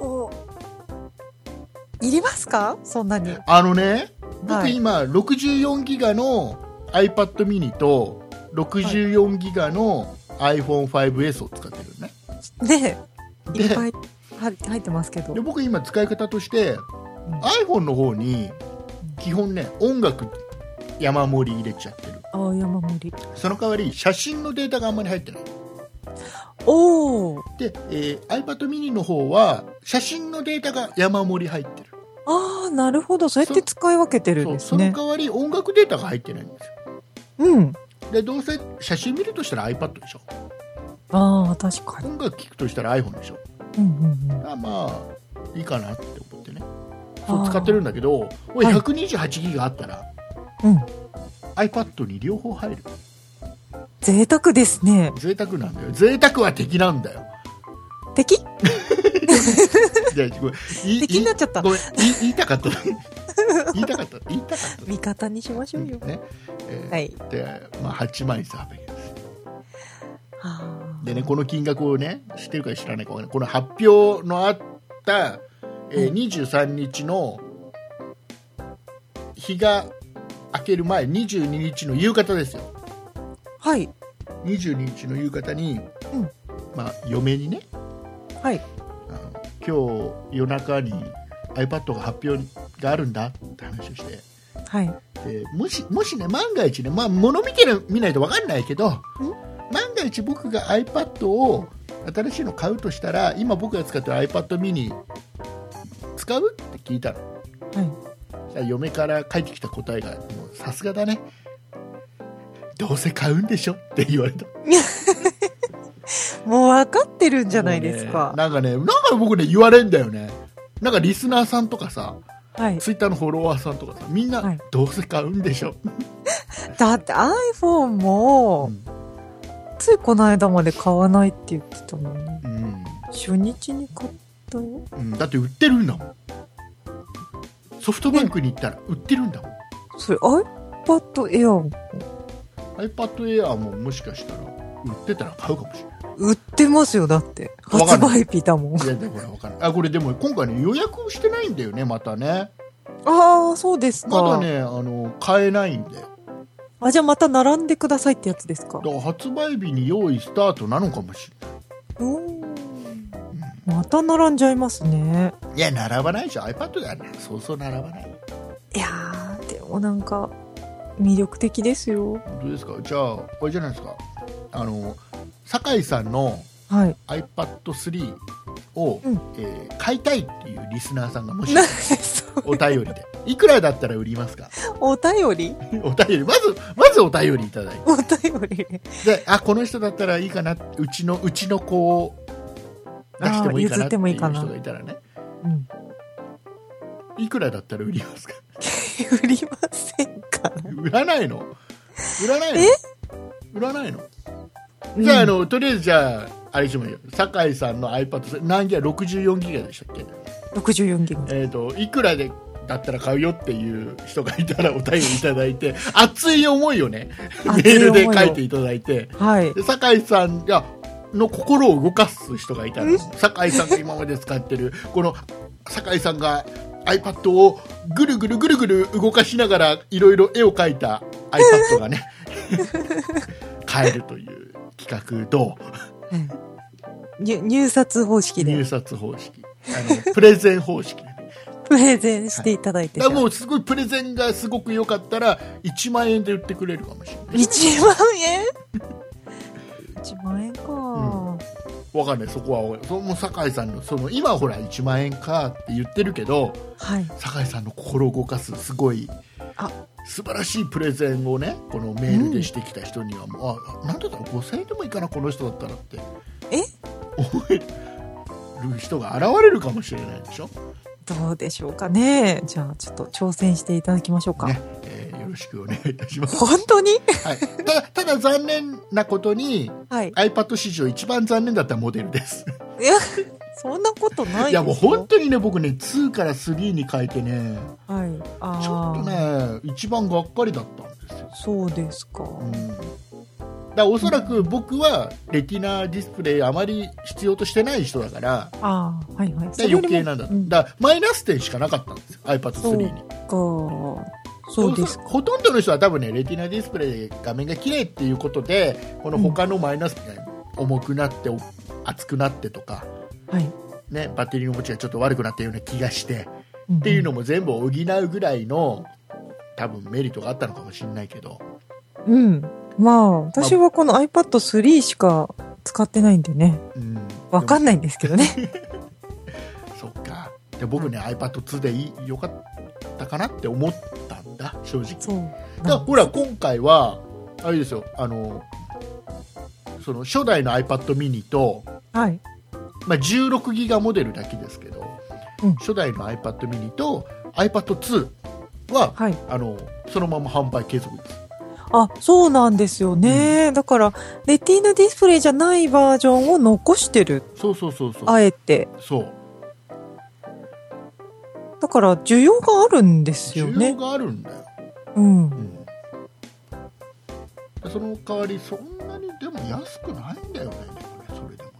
おいりますかそんなに。
あのね
は
僕
い
今64ギガの iPad mini と64ギガの iPhone5S を使ってるのね
で、いっ
で
ぱいは入ってますけど
で。僕今使い方として
うん
iPhone の方に基本ね音楽山盛り入れちゃってる
青山森。
その代わり写真のデータがあんまり入ってない
おお
で、えー iPad mini の方は写真のデータが山盛り入ってる
ああ、なるほど。そうやって使い分けてるん
そ
で
う
す
その
ね。
代わり音楽データが入ってないんですよ
うん。
でどうせ写真見るとしたら iPad でしょ
ああ、確かに。
音楽聴くとしたら iPhone でしょ
うんうんうん。
あまあいいかなって思ってね
あ
そう
ー
使ってるんだけど俺
はい
128ギガあったら、
うん。
iPad に両方入る
贅沢ですね。
贅沢なんだよ贅沢は敵なんだよ
敵
じゃあごめん言い
敵になっちゃった
ご。めん言い言いたかった言いたかった言いたかった
味方にしましょうよ。
ねえー
はい。
で、まあ、8万1800円です
は
でねこの金額をね知ってるか知らないかわかんないこの発表のあった、えー
う
23日の日が明ける前22日の夕方ですよ
あはい。
22日の夕方に、
うん
まあ、嫁にね
はい。
あの今日夜中に iPad が発表があるんだって話をして
はい。
でもしもしね万が一ね、まあ、物見てる見ないと分かんないけど万が一僕が iPad を新しいの買うとしたら今僕が使ってる iPad mini 使うって聞いたの
はい。
そしたら嫁から返ってきた答えがもうさすがだねどうせ買うんでしょって言われた
もう分かってるんじゃないです
もう
か。
ねなんかねなんか僕ね言われんだよねなんかリスナーさんとかさ
はい。
ツイッターのフォロワーさんとかさみんな、
はい
どうせ買うんでしょ、
だって iPhone も、
うん
ついこの間まで買わないって言ってたのに、
うん
初日に買ったよ。
うんだって売ってるんだもんソフトバンクに行ったら売ってるんだもん、
それ iPad Air
iPad Air ももしかしたら売ってたら買うかもしれない
売ってますよ、だって。
わか
発
んない
売日だもん。
いやでもほらわかんないあこれでも今回ね予約をしてないんだよねまたね
ああ、そうですか。
まだねあの買えないんでだか
あ、じゃあまた並んでくださいってやつですから
発売日に用意スタートなのかもしれ
うーんまた並んじゃいますね。
ないいや並ばないでしょ iPad だねそうそう並ばない
いやー、でもなんか、魅力的ですよ。
本当ですかじゃああれじゃないですかあの酒井さんの
はい。
iPad3 を、
うん
えー買いたいっていうリスナーさんがもし
なんでそう
お便りで いくらだったら売りますか
お便り
お便りまずまずお便りいただいて
お便り。
であこの人だったらいいかなうちのうちの子を出してもいいかな
あー譲っ
って
て
い
も
う
いいか
人
な
がいたらね
うん。
いくらだったら売り ますか
売りませんか
売らないの売らないの売らないの、
ら
じゃああ
うん
のとりあえずじゃああれにしてもいいよ酒井さんの iPad 何ギガ64ギガでしたっけ
64ギガ。
えっ、といくらでだったら買うよっていう人がいたらお便りいただいて 熱い思いをねメ
熱い
ール
思い
で
を
書いていただいて
はい
で。酒井さんがの心を動かす人がいたら酒井さんが今まで使ってるこの酒井さんが iPad をぐるぐるぐるぐる動かしながらいろいろ絵を描いた iPad がね買えるという企画と
はい入入札方式
入
で
札方式あのプレゼン方式
プレゼンしていただいて、
だからもうすごいプレゼンがすごく良かったら1万円で売ってくれるかもしれない
1万 円1万円か、
わかんないそこはわかんないそのもう酒井さんのその今ほら1万円かって言ってるけど
はい
酒井さんの心を動かすすごい
あ
素晴らしいプレゼンをねこのメールでしてきた人にはもう、あなんだったら5000円でもいいかなこの人だったらって
え
思える人が現れるかもしれないでしょ、
どうでしょうかねじゃあちょっと挑戦していただきましょうか、
ねえーよろしくお願いいたします、
本 当に
はい、ただただ残念なことに
はい
iPad 史上一番残念だったモデルです
いやそんなことないですよ
いやもう本当にね僕ね2から3に変えてね
はいあー
ちょっとね一番がっかりだったんですよ、
そうですか、
うん、だからおそらく僕はレティナディスプレイあまり必要としてない人だから
ああはいはい
だから余計なんだ、
それよりもうん
だからマイナス点しかなかったんですよ iPad3 に
そっかそうですか
ほとんどの人は多分ねレティナディスプレイ画面が綺麗っていうことでこの他のマイナス点、重くなってお熱くなってとか、
はい
ね、バッテリーの持ちがちょっと悪くなったような気がしてっていうの
も
も全部補うぐらいの多分メリットがあったのかもしれないけど
うんまあ私はこの iPad3 しか使ってないんでね
うん
わかん
ない
ないんですけどね
そっかで僕ね iPad2 でいいよかったかなって思ったんだ正直
そう
だからほら今回はあれですよあのその初代の iPad mini と、
はい
まあ、16ギガモデルだけですけど、
うん
初代の iPad mini と iPad2 は
はい
あのそのまま販売継続です
あそうなんですよね、だからレティーナディスプレイじゃないバージョンを残してる
そうそうそうそう
あえて
そう
だから需要があるんですよ
需要
ね
があるんだよ
うん
うん、その代わりそんなにでも安くないんだよねでもねそれでもね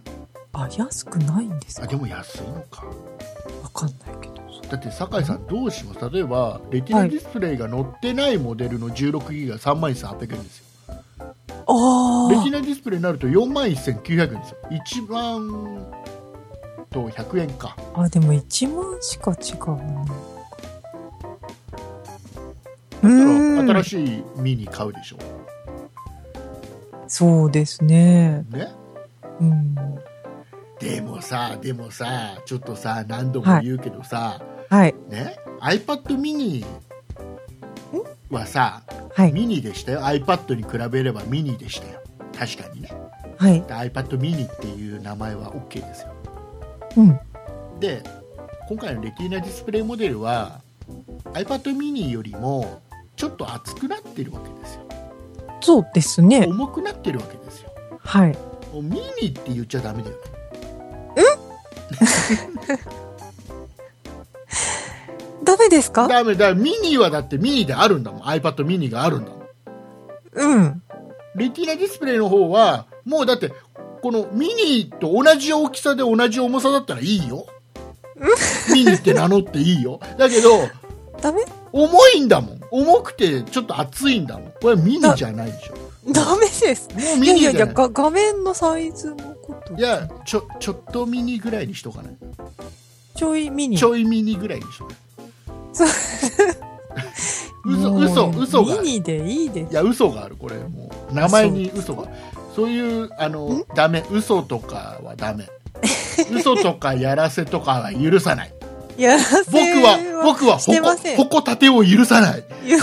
あ安くないんです
あ
か
でも安いのか
わかんないけど
だって酒井さんどうします例えばレティナディスプレイが載ってないモデルの16ギガ3万1800円ですよ
あ
レティナ
あ
ディスプレイになると4万1900円ですよ1万と100円か
あでも1万しか違うなう
だから
ー
新
ん
しいミニ買うでしょ
そうですね
ね
うん
でもさでもさちょっとさ何度も言うけどさ、
はい
ね iPad ミニはさ
はい
ミニでしたよ iPad に比べればミニでしたよ確かにね
はい
で iPad ミニっていう名前は OK ですよ
うん
で今回のレティーナディスプレイモデルは iPad ミニよりもちょっと厚くなってるわけですよ
そうですね
重くなってるわけですよ
はい
もうミニって言っちゃダメだよね
ダメですか
ダメだミニはだってミニであるんだもん iPad ミニがあるんだもん
うん
レティーナディスプレイの方はもうだってこのミニと同じ大きさで同じ重さだったらいいよミニって名乗っていいよだけど
ダメ
重いんだもん重くてちょっと厚いんだもんこれはミニじゃないでしょ
ダメです
もう
い
ミ
や
ニ
い
じ
や
ゃ
い
ない
やが画面のサイズのこと
いやちょちょっとミニぐらいにしとかない
ちょいミニ
ちょいミニぐらいにしとか
そ
ない嘘
もう
嘘嘘がある
ミニでいいです
いや嘘があるこれもう名前に嘘があるそういうあのダメ嘘とかは ダメ嘘とかやらせとかは許さない
やらせ
僕は僕は
してません
ほこ立てを許さない
いや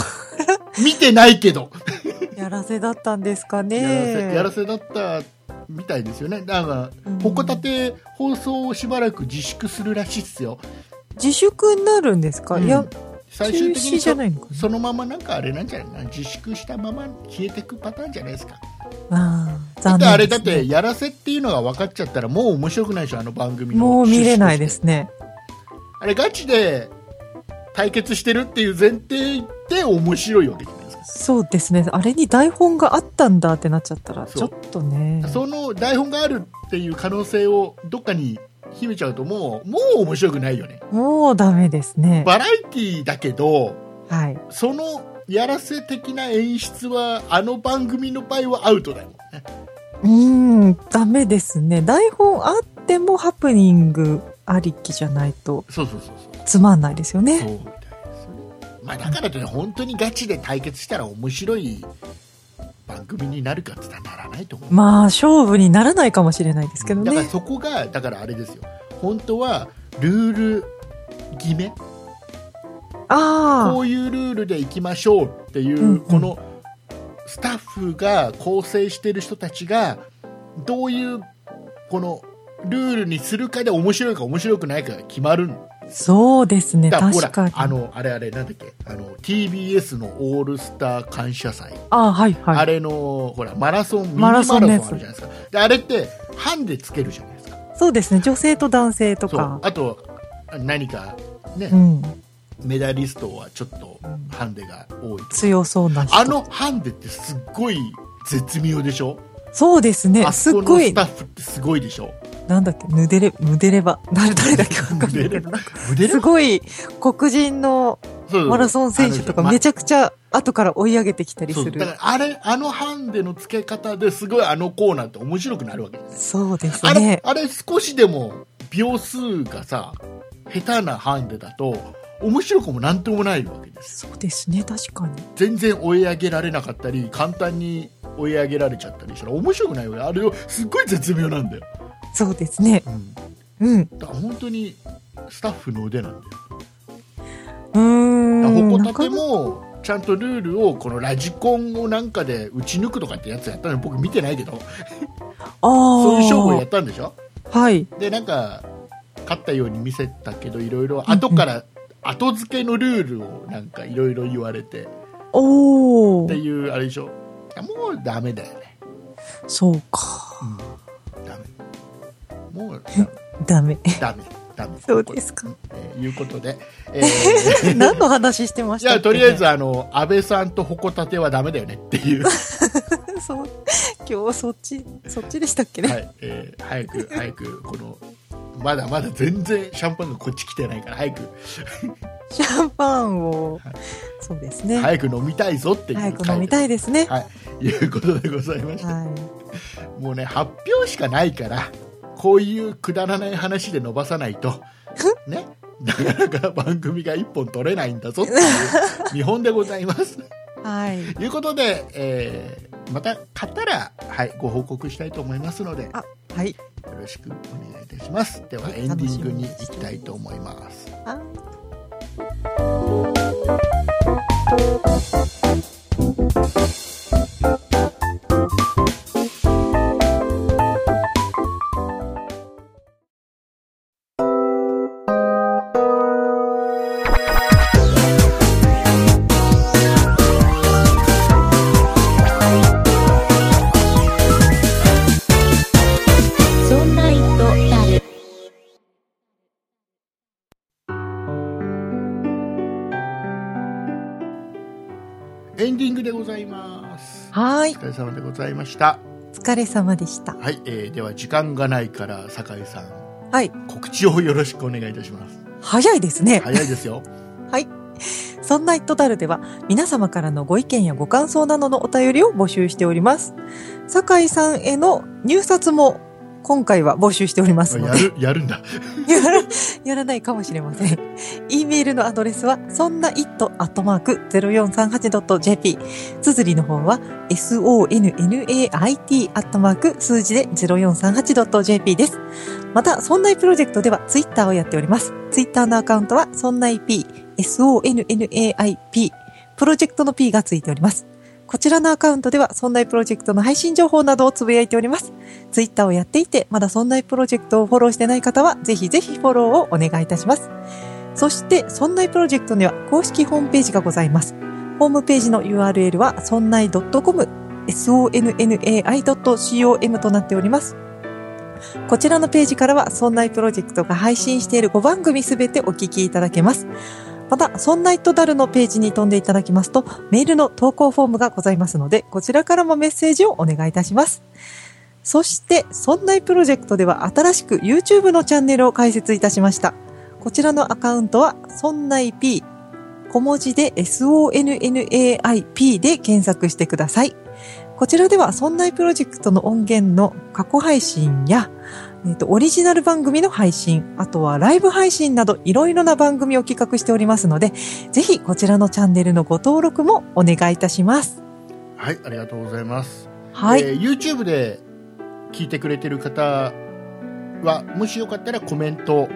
見てないけど、
やらせだったんですかね
やらせやらせだったみたいですよねだから
うん
ほこたて放送をしばらく自粛するらしいっすよ、
自粛になるんですか、
うん
いや
最終的
中
に
止じゃ
そ
ないのかな
そのままなんかあれなんじゃないかな自粛したまま消えてくパターンじゃないですか
ああ
だ
残念ですね
ってあれだってやらせっていうのが分かっちゃったらもう面白くないでしょあの番組の
もう見れないですすね
あれガチで対決してるっていう前提で面白いわけじゃないですか
そうですね。あれに台本があったんだってなっちゃったら、ち
そ
ょ
う
っとね。
その台本があるっていう可能性をどっかに秘めちゃうともうもう面白くないよね
もうダメですね。
バラエティーだけど
はい。
そのやらせ的な演出はあの番組の場合はアウトだよ
うーん、ダメですね。台本あってもハプニングありきじゃないと
そうそうそうそう
つまんないです
そ
よ
う
ね。
みたいですねまあだからとね本当にガチで対決したら面白い番組になるかって言ったらならないと思う
まあ、勝負にならないかもしれないですけど
だから
ね。
そこがだからあれですよ本当はルール決めこ
ああ、
ういうルールでいきましょうっていう、
うんうん
このスタッフが構成してる人たちがどういうこのルールにするかで面白いか面白くないかが決まるん
そうですね。
だからほら
確かに。
あのあれあれなんだっけあの TBS の「オールスター感謝祭」
ああ、はいはい。
あれのほらマラソンミニ
マ
マ
ラ
ラソ
ソン
ン
の
あ
や
る
つ
じゃないですかであれってハンでつけるじゃないですか
そうですね。女性と男性と
そう
か。
あと何かね、
うん。
メダリストはちょっとハンデが多いと
強そうな人。
あのハンデってすっごい絶妙でしょ
そうですね。
あ
すっ
そこ
ご
のス
い
タ、ッフってすごいでしょ
なんだっけ、ぬでれ、むでれば、誰誰だっけわかんないけど。
無駄
すごい黒人のマラソン選手とかめちゃくちゃ後から追い上げてきたりす
そうだか
る。
らあれあのハンデの付け方ですごいあのコーナーって面白くなるわけです
そうです
あれ
ね。
あれ少しでも秒数がさ下手なハンデだと面白くもなんともないわけです
そうですね、確かに。
全然追い上げられなかったり簡単に追い上げられちゃったりしたら面白くないわけあれをすっごい絶妙なんだよ、
そうですね。
うん
うん。
だから本当にスタッフの腕なんだよ
うー
だから
ん。
ホコ
な
タ
か
テ
なか
もちゃんとルールをこのラジコンをなんかで打ち抜くとかってやつやったの僕見てないけど
あー
そういう勝負をやったんでしょ
はい。
でなんか勝ったように見せたけどいろいろ後から後付けのルールをなんかいろいろ言われて
お
っ
お
て。いうあれでしょもうダメだよね
そうか。
ダメもう
ダメ。
ダメダメ
そうですか。
えーいうことで、えー
何の話してまし
じ
た
ゃ
っ
あ
け
とりあえず。あの安倍さんとホコタテはダメだよねって いう
そう。今日そっち、そっちでしたっけね。
はい、えー早く早くこのまだまだ全然シャンパンがこっち来てないから早く
シャンパンを
はい。
そうですね。
早く飲みたいぞっていう
早く飲みた
い
いですね。
はいいうことでございました、
はい。
もうね発表しかないからこういうくだらない話で伸ばさないとねなかなか番組が一本取れないんだぞっていう見本でございます。
はい。
ということで、えーまた買ったら、はい、ご報告したいと思いますのでよ
あ、はい。
ろしくお願いいたしますではエンディングに行きたいと思います。
あ
そんな糸だる。
エンディングでございます。
は
お
い。
疲れ様でございました。
お疲れ様でした。
はい、えーでは時間がないから酒井さん
はい。
告知をよろしくお願いいたします。
早いですね。
早いですよ。
はい。そんなイットタルでは皆様からのご意見やご感想などのお便りを募集しております。酒井さんへの入札も今回は募集しておりますの
や
で、
るやるんだ。
やらやらないかもしれません。e メールのアドレスは、そんな it.0438.jp。綴りの方は、sonnait. 数字で 0438.jp です。また、そんないプロジェクトではツイッターをやっております。ツイッターのアカウントは、そんない p、sonnaip。プロジェクトの p がついております。こちらのアカウントでは、そんないプロジェクトの配信情報などをつぶやいております。ツイッターをやっていて、まだそんなプロジェクトをフォローしてない方は、ぜひぜひフォローをお願いいたします。そして、そんなプロジェクトには公式ホームページがございます。ホームページの URL は、そんない .com、sonnai.com となっております。こちらのページからは、そんなプロジェクトが配信している5番組すべてお聞きいただけます。また、そんないとだるのページに飛んでいただきますと、メールの投稿フォームがございますので、こちらからもメッセージをお願いいたします。そして、そんないプロジェクトでは新しく YouTube のチャンネルを開設いたしました。こちらのアカウントは、そんない P、小文字で SONNAIP で検索してください。こちらでは、そんないプロジェクトの音源の過去配信や、えっと、オリジナル番組の配信、あとはライブ配信などいろいろな番組を企画しておりますので、ぜひこちらのチャンネルのご登録もお願いいたします。
はい、ありがとうございます。
はい。
えー YouTube で聞いてくれてる方は、もしよかったらコメント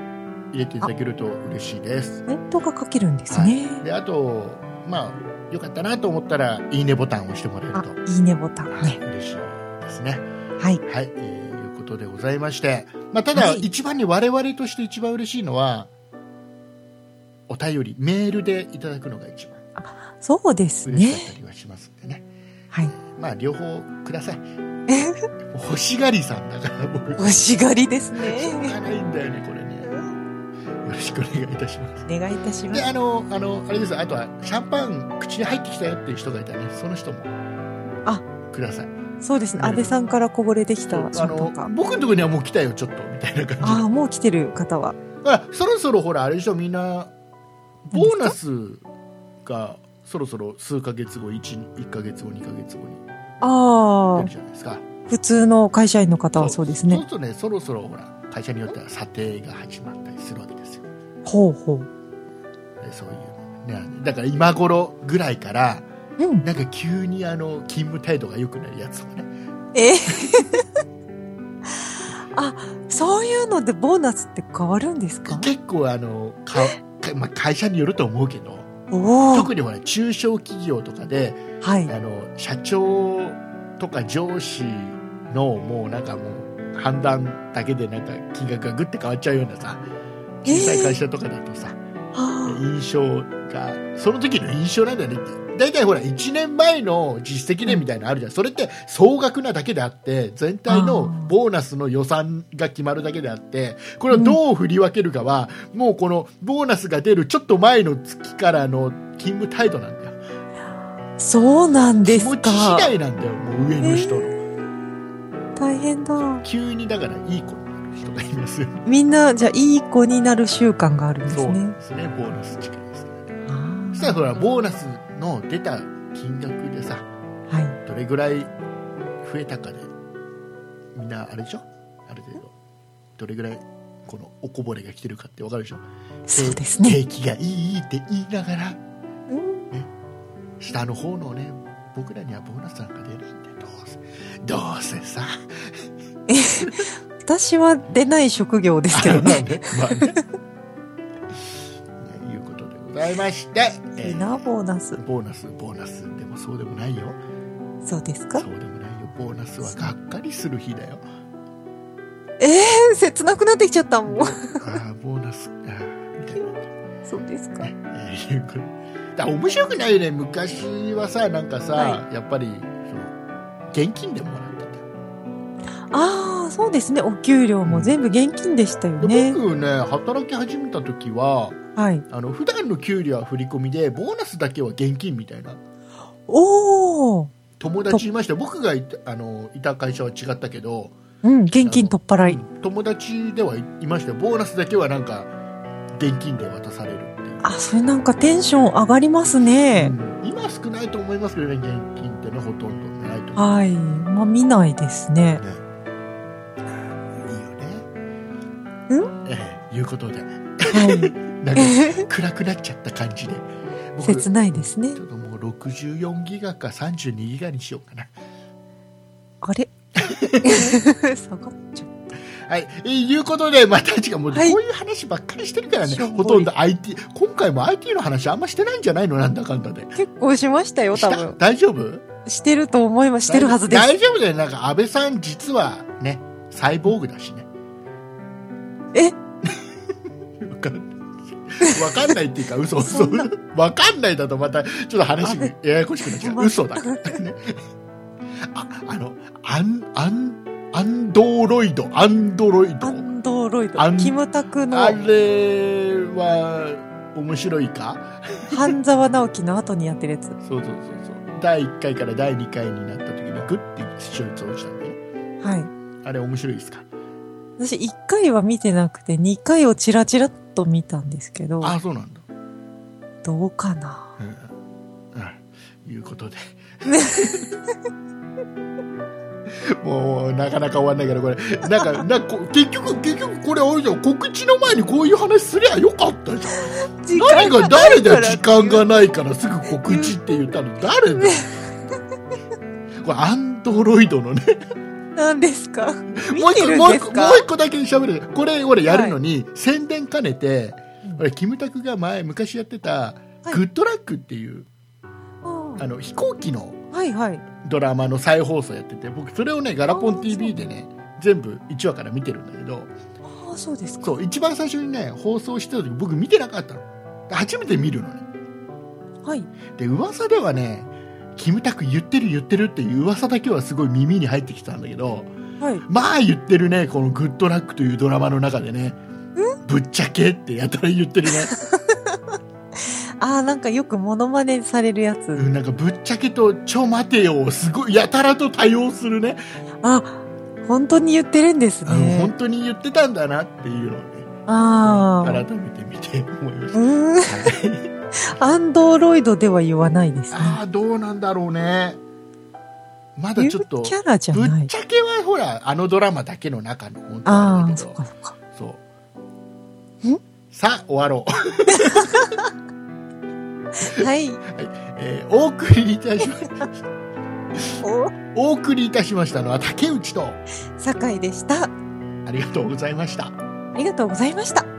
入れていただけると嬉しいです。
コメントが書けるんですね。
で、あと、まあ、よかったなと思ったら、いいねボタンを押してもらえる
あ
と、、
いいねボタン
はい、
ね。
嬉しいですね。
はい。
はい、えーいうことでございまして、まあ、ただ、
はい
一番に我々として一番嬉しいのは、お便り、メールでいただくのが一番
そうです
嬉しか
ね。
ったりはしますんでね。
はい。
まあ、両方ください。 欲しがりさんだから、僕。
欲しがりです
しょうがな
ね。
いんだよね、これね。よろしくお願いいたします。
お願いいたしま
で、
す。
あの、あの、あれです、あとは、シャンパン口に入ってきたよっていう人がいたらね、その人も。
あ
ください。
そうですね。安倍さんからこぼれてきた
あ
シャンパン
の
が、。
僕のところにはもう来たよ、ちょっと、みたいな感じで。
ああ、もう来てる方は。
あそろそろほらあれでしょみんなボーナスがそろそろ数ヶ月後 1, 1ヶ月後2ヶ月後に
あ
出
あ
る、じゃないですか
普通の会社員の方はそうです
そう
ね。
するとねそろそろほら会社によっては査定が始まったりするわけですよ
ほうほう。
でそういうのねだから今頃ぐらいから
うん。
なんか急にあの勤務態度が良くなるやつとかね
え あ、そういうのでボーナスって変わるんですか
結構あのかかまあ、会社によると思うけど
おお。
特にほら中小企業とかで
はい。
あの社長とか上司のもうなんかもう判断だけでなんか金額がぐって変わっちゃうようなさ小さい会社とかだとさ、
は
印象がその時の印象なんだよね大体ほら1年前の実績年みたいなのあるじゃんそれって総額なだけであって全体のボーナスの予算が決まるだけであってこれをどう振り分けるかは、もうこのボーナスが出るちょっと前の月からの勤務態度なんだよ
あそうなんで
気
す
持ち次
か。
第なんだよもう上の人の。
大変だ。
急にだからいい子になる人がいますよね。
みんな、じゃあ、いい子になる習慣があるんです
そうなん
ね。
ですね、ボーナス力ですね。
あー
そしたらほら、ボーナスの出た金額でさ、
はい。
どれぐらい増えたかで、みんなあれでしょある程度。どれぐらい、このおこぼれが来てるかってわかるでしょ
そうですね。
景気がいいって言いながら、下の方のね、僕らにはボーナスなんか出ないんで、どうせ、どうせさ。
私は出ない職業ですけどね。
まあね。ねいうことでございまして、
い
え
い
ー
な、ボーナス。
ボーナス、ボーナス、でもそうでもないよ。
そうです
そ
か
うでもないよ。ボーナスはがっかりする日だよ。
えー、切なくなってきちゃったもん。
ああ、ボーナス、あーみたいなね。
そうですか。
えーいうことだから面白くないよね。昔はさ、なんかさ、
は
やっぱり、その、現金でもらってて。
ああ、そうですね。お給料も全部現金でしたよ
で
ね。
僕ね、働き始めた時は、
はい。
あの、普段の給料は振り込みで、ボーナスだけは現金みたいな。
おお。
友達いましたよ僕がいたあのいた会社は違ったけど、
うん、現金取っ払い。
友達ではいいましたよボーナスだけはなんか現金で渡されるっていう、
あ、それなんかテンション上がりますね。
うん今は少ないと思いますけどね現金ってねほとんどないと思う
はい。まあ、見ないですね。
いいよね
ん
ええいうことで
は
なんか暗くなっちゃった感 じで
い。
僕
切
ち
ないですね。
ょっともう64ギガか32ギガにしようかな
あれ 下がっちゃう。
はい、えーいうことで、また違う、もうこう
はい
いう話ばっかりしてるからね、
しょん
ほ
ぼり
とんど IT、今回も IT の話あんましてないんじゃないのなんだかんだで。
結構しましたよ、
し
多
た
分。
大丈夫
してると思います。してるはずです。
大丈夫だよ、なんか安倍さん実はね、サイボーグだしね。
え
わかんない。 わかんないっていうか、嘘、嘘
そんな。
わかんないだとまた、ちょっと話がややこしくなっちゃう。嘘だから ね。あ、あの、アン、アン、アンドロイド、アンドロイド。
アンドロイド
アン。
キムタクの
あれは、面白いか
半沢直樹の後にやってるやつ。
そうそうそうそう第1回から第2回になった時にグッて視聴率落ちたんでね
はい。
あれ面白いですか
私、1回は見てなくて、2回をチラチラっと見たんですけど、
あそうなんだ
どうかな。
うん、うん、いう ことでもうなかなか終わんないからこれなんかなんかこ結局結局これあれじゃん告知の前にこういう話すりゃよかったじゃん
時
誰が誰だよ時間が
い。
ないからすぐ告知って言ったの誰だよこれアンドロイドのね
何です か見
もう一
て
個、
る
も
ん
う
で
一
す
個、
か
もう一個だけ喋る。これ、俺やるのに、宣伝兼ねて、俺、キムタクが前、昔やってた、
はい
グッドラックっていう、
うん
あの、飛行機の
はいはい。
ドラマの再放送やってて、僕、それをね、ガラポン TV でね、全部1話から見てるんだけど、
ああ、そうですか。
そう、一番最初にね、放送してた時、僕見てなかったの。初めて見るのね。
はい。
で、噂ではね、キムタク言ってる言ってるっていう噂だけはすごい耳に入ってきたんだけど、
はい。
まあ言ってるね、このグッドラックというドラマの中でね。ぶっちゃけってやたら言ってるね。
ああ、なんかよくモノマネされるやつ。
うんなんかぶっちゃけとちょ待てよをすごいやたらと対応するね。
あ、本当に言ってるんです
あの
ね
本。当に言ってたんだなっていうのをね、
ああ。
改めて見て思いまし
う
た。
ーん。アンドロイドでは言わないですね。
ああ、どうなんだろうね。まだ
言
ちょっと
うキ、ャラじゃ
ぶ
な
っ
い
ち。ゃけはほら、あのドラマだけの中の本当な
あ
ん
あ、
だけ
そ
ど
っ。かそっか。
そ
ん
う。さあ、終わろう。
はい。
えーお送りいたしま、
お、
お送りいたしましたのは竹内と、
酒井でした。
ありがとうございました。
ありがとうございました。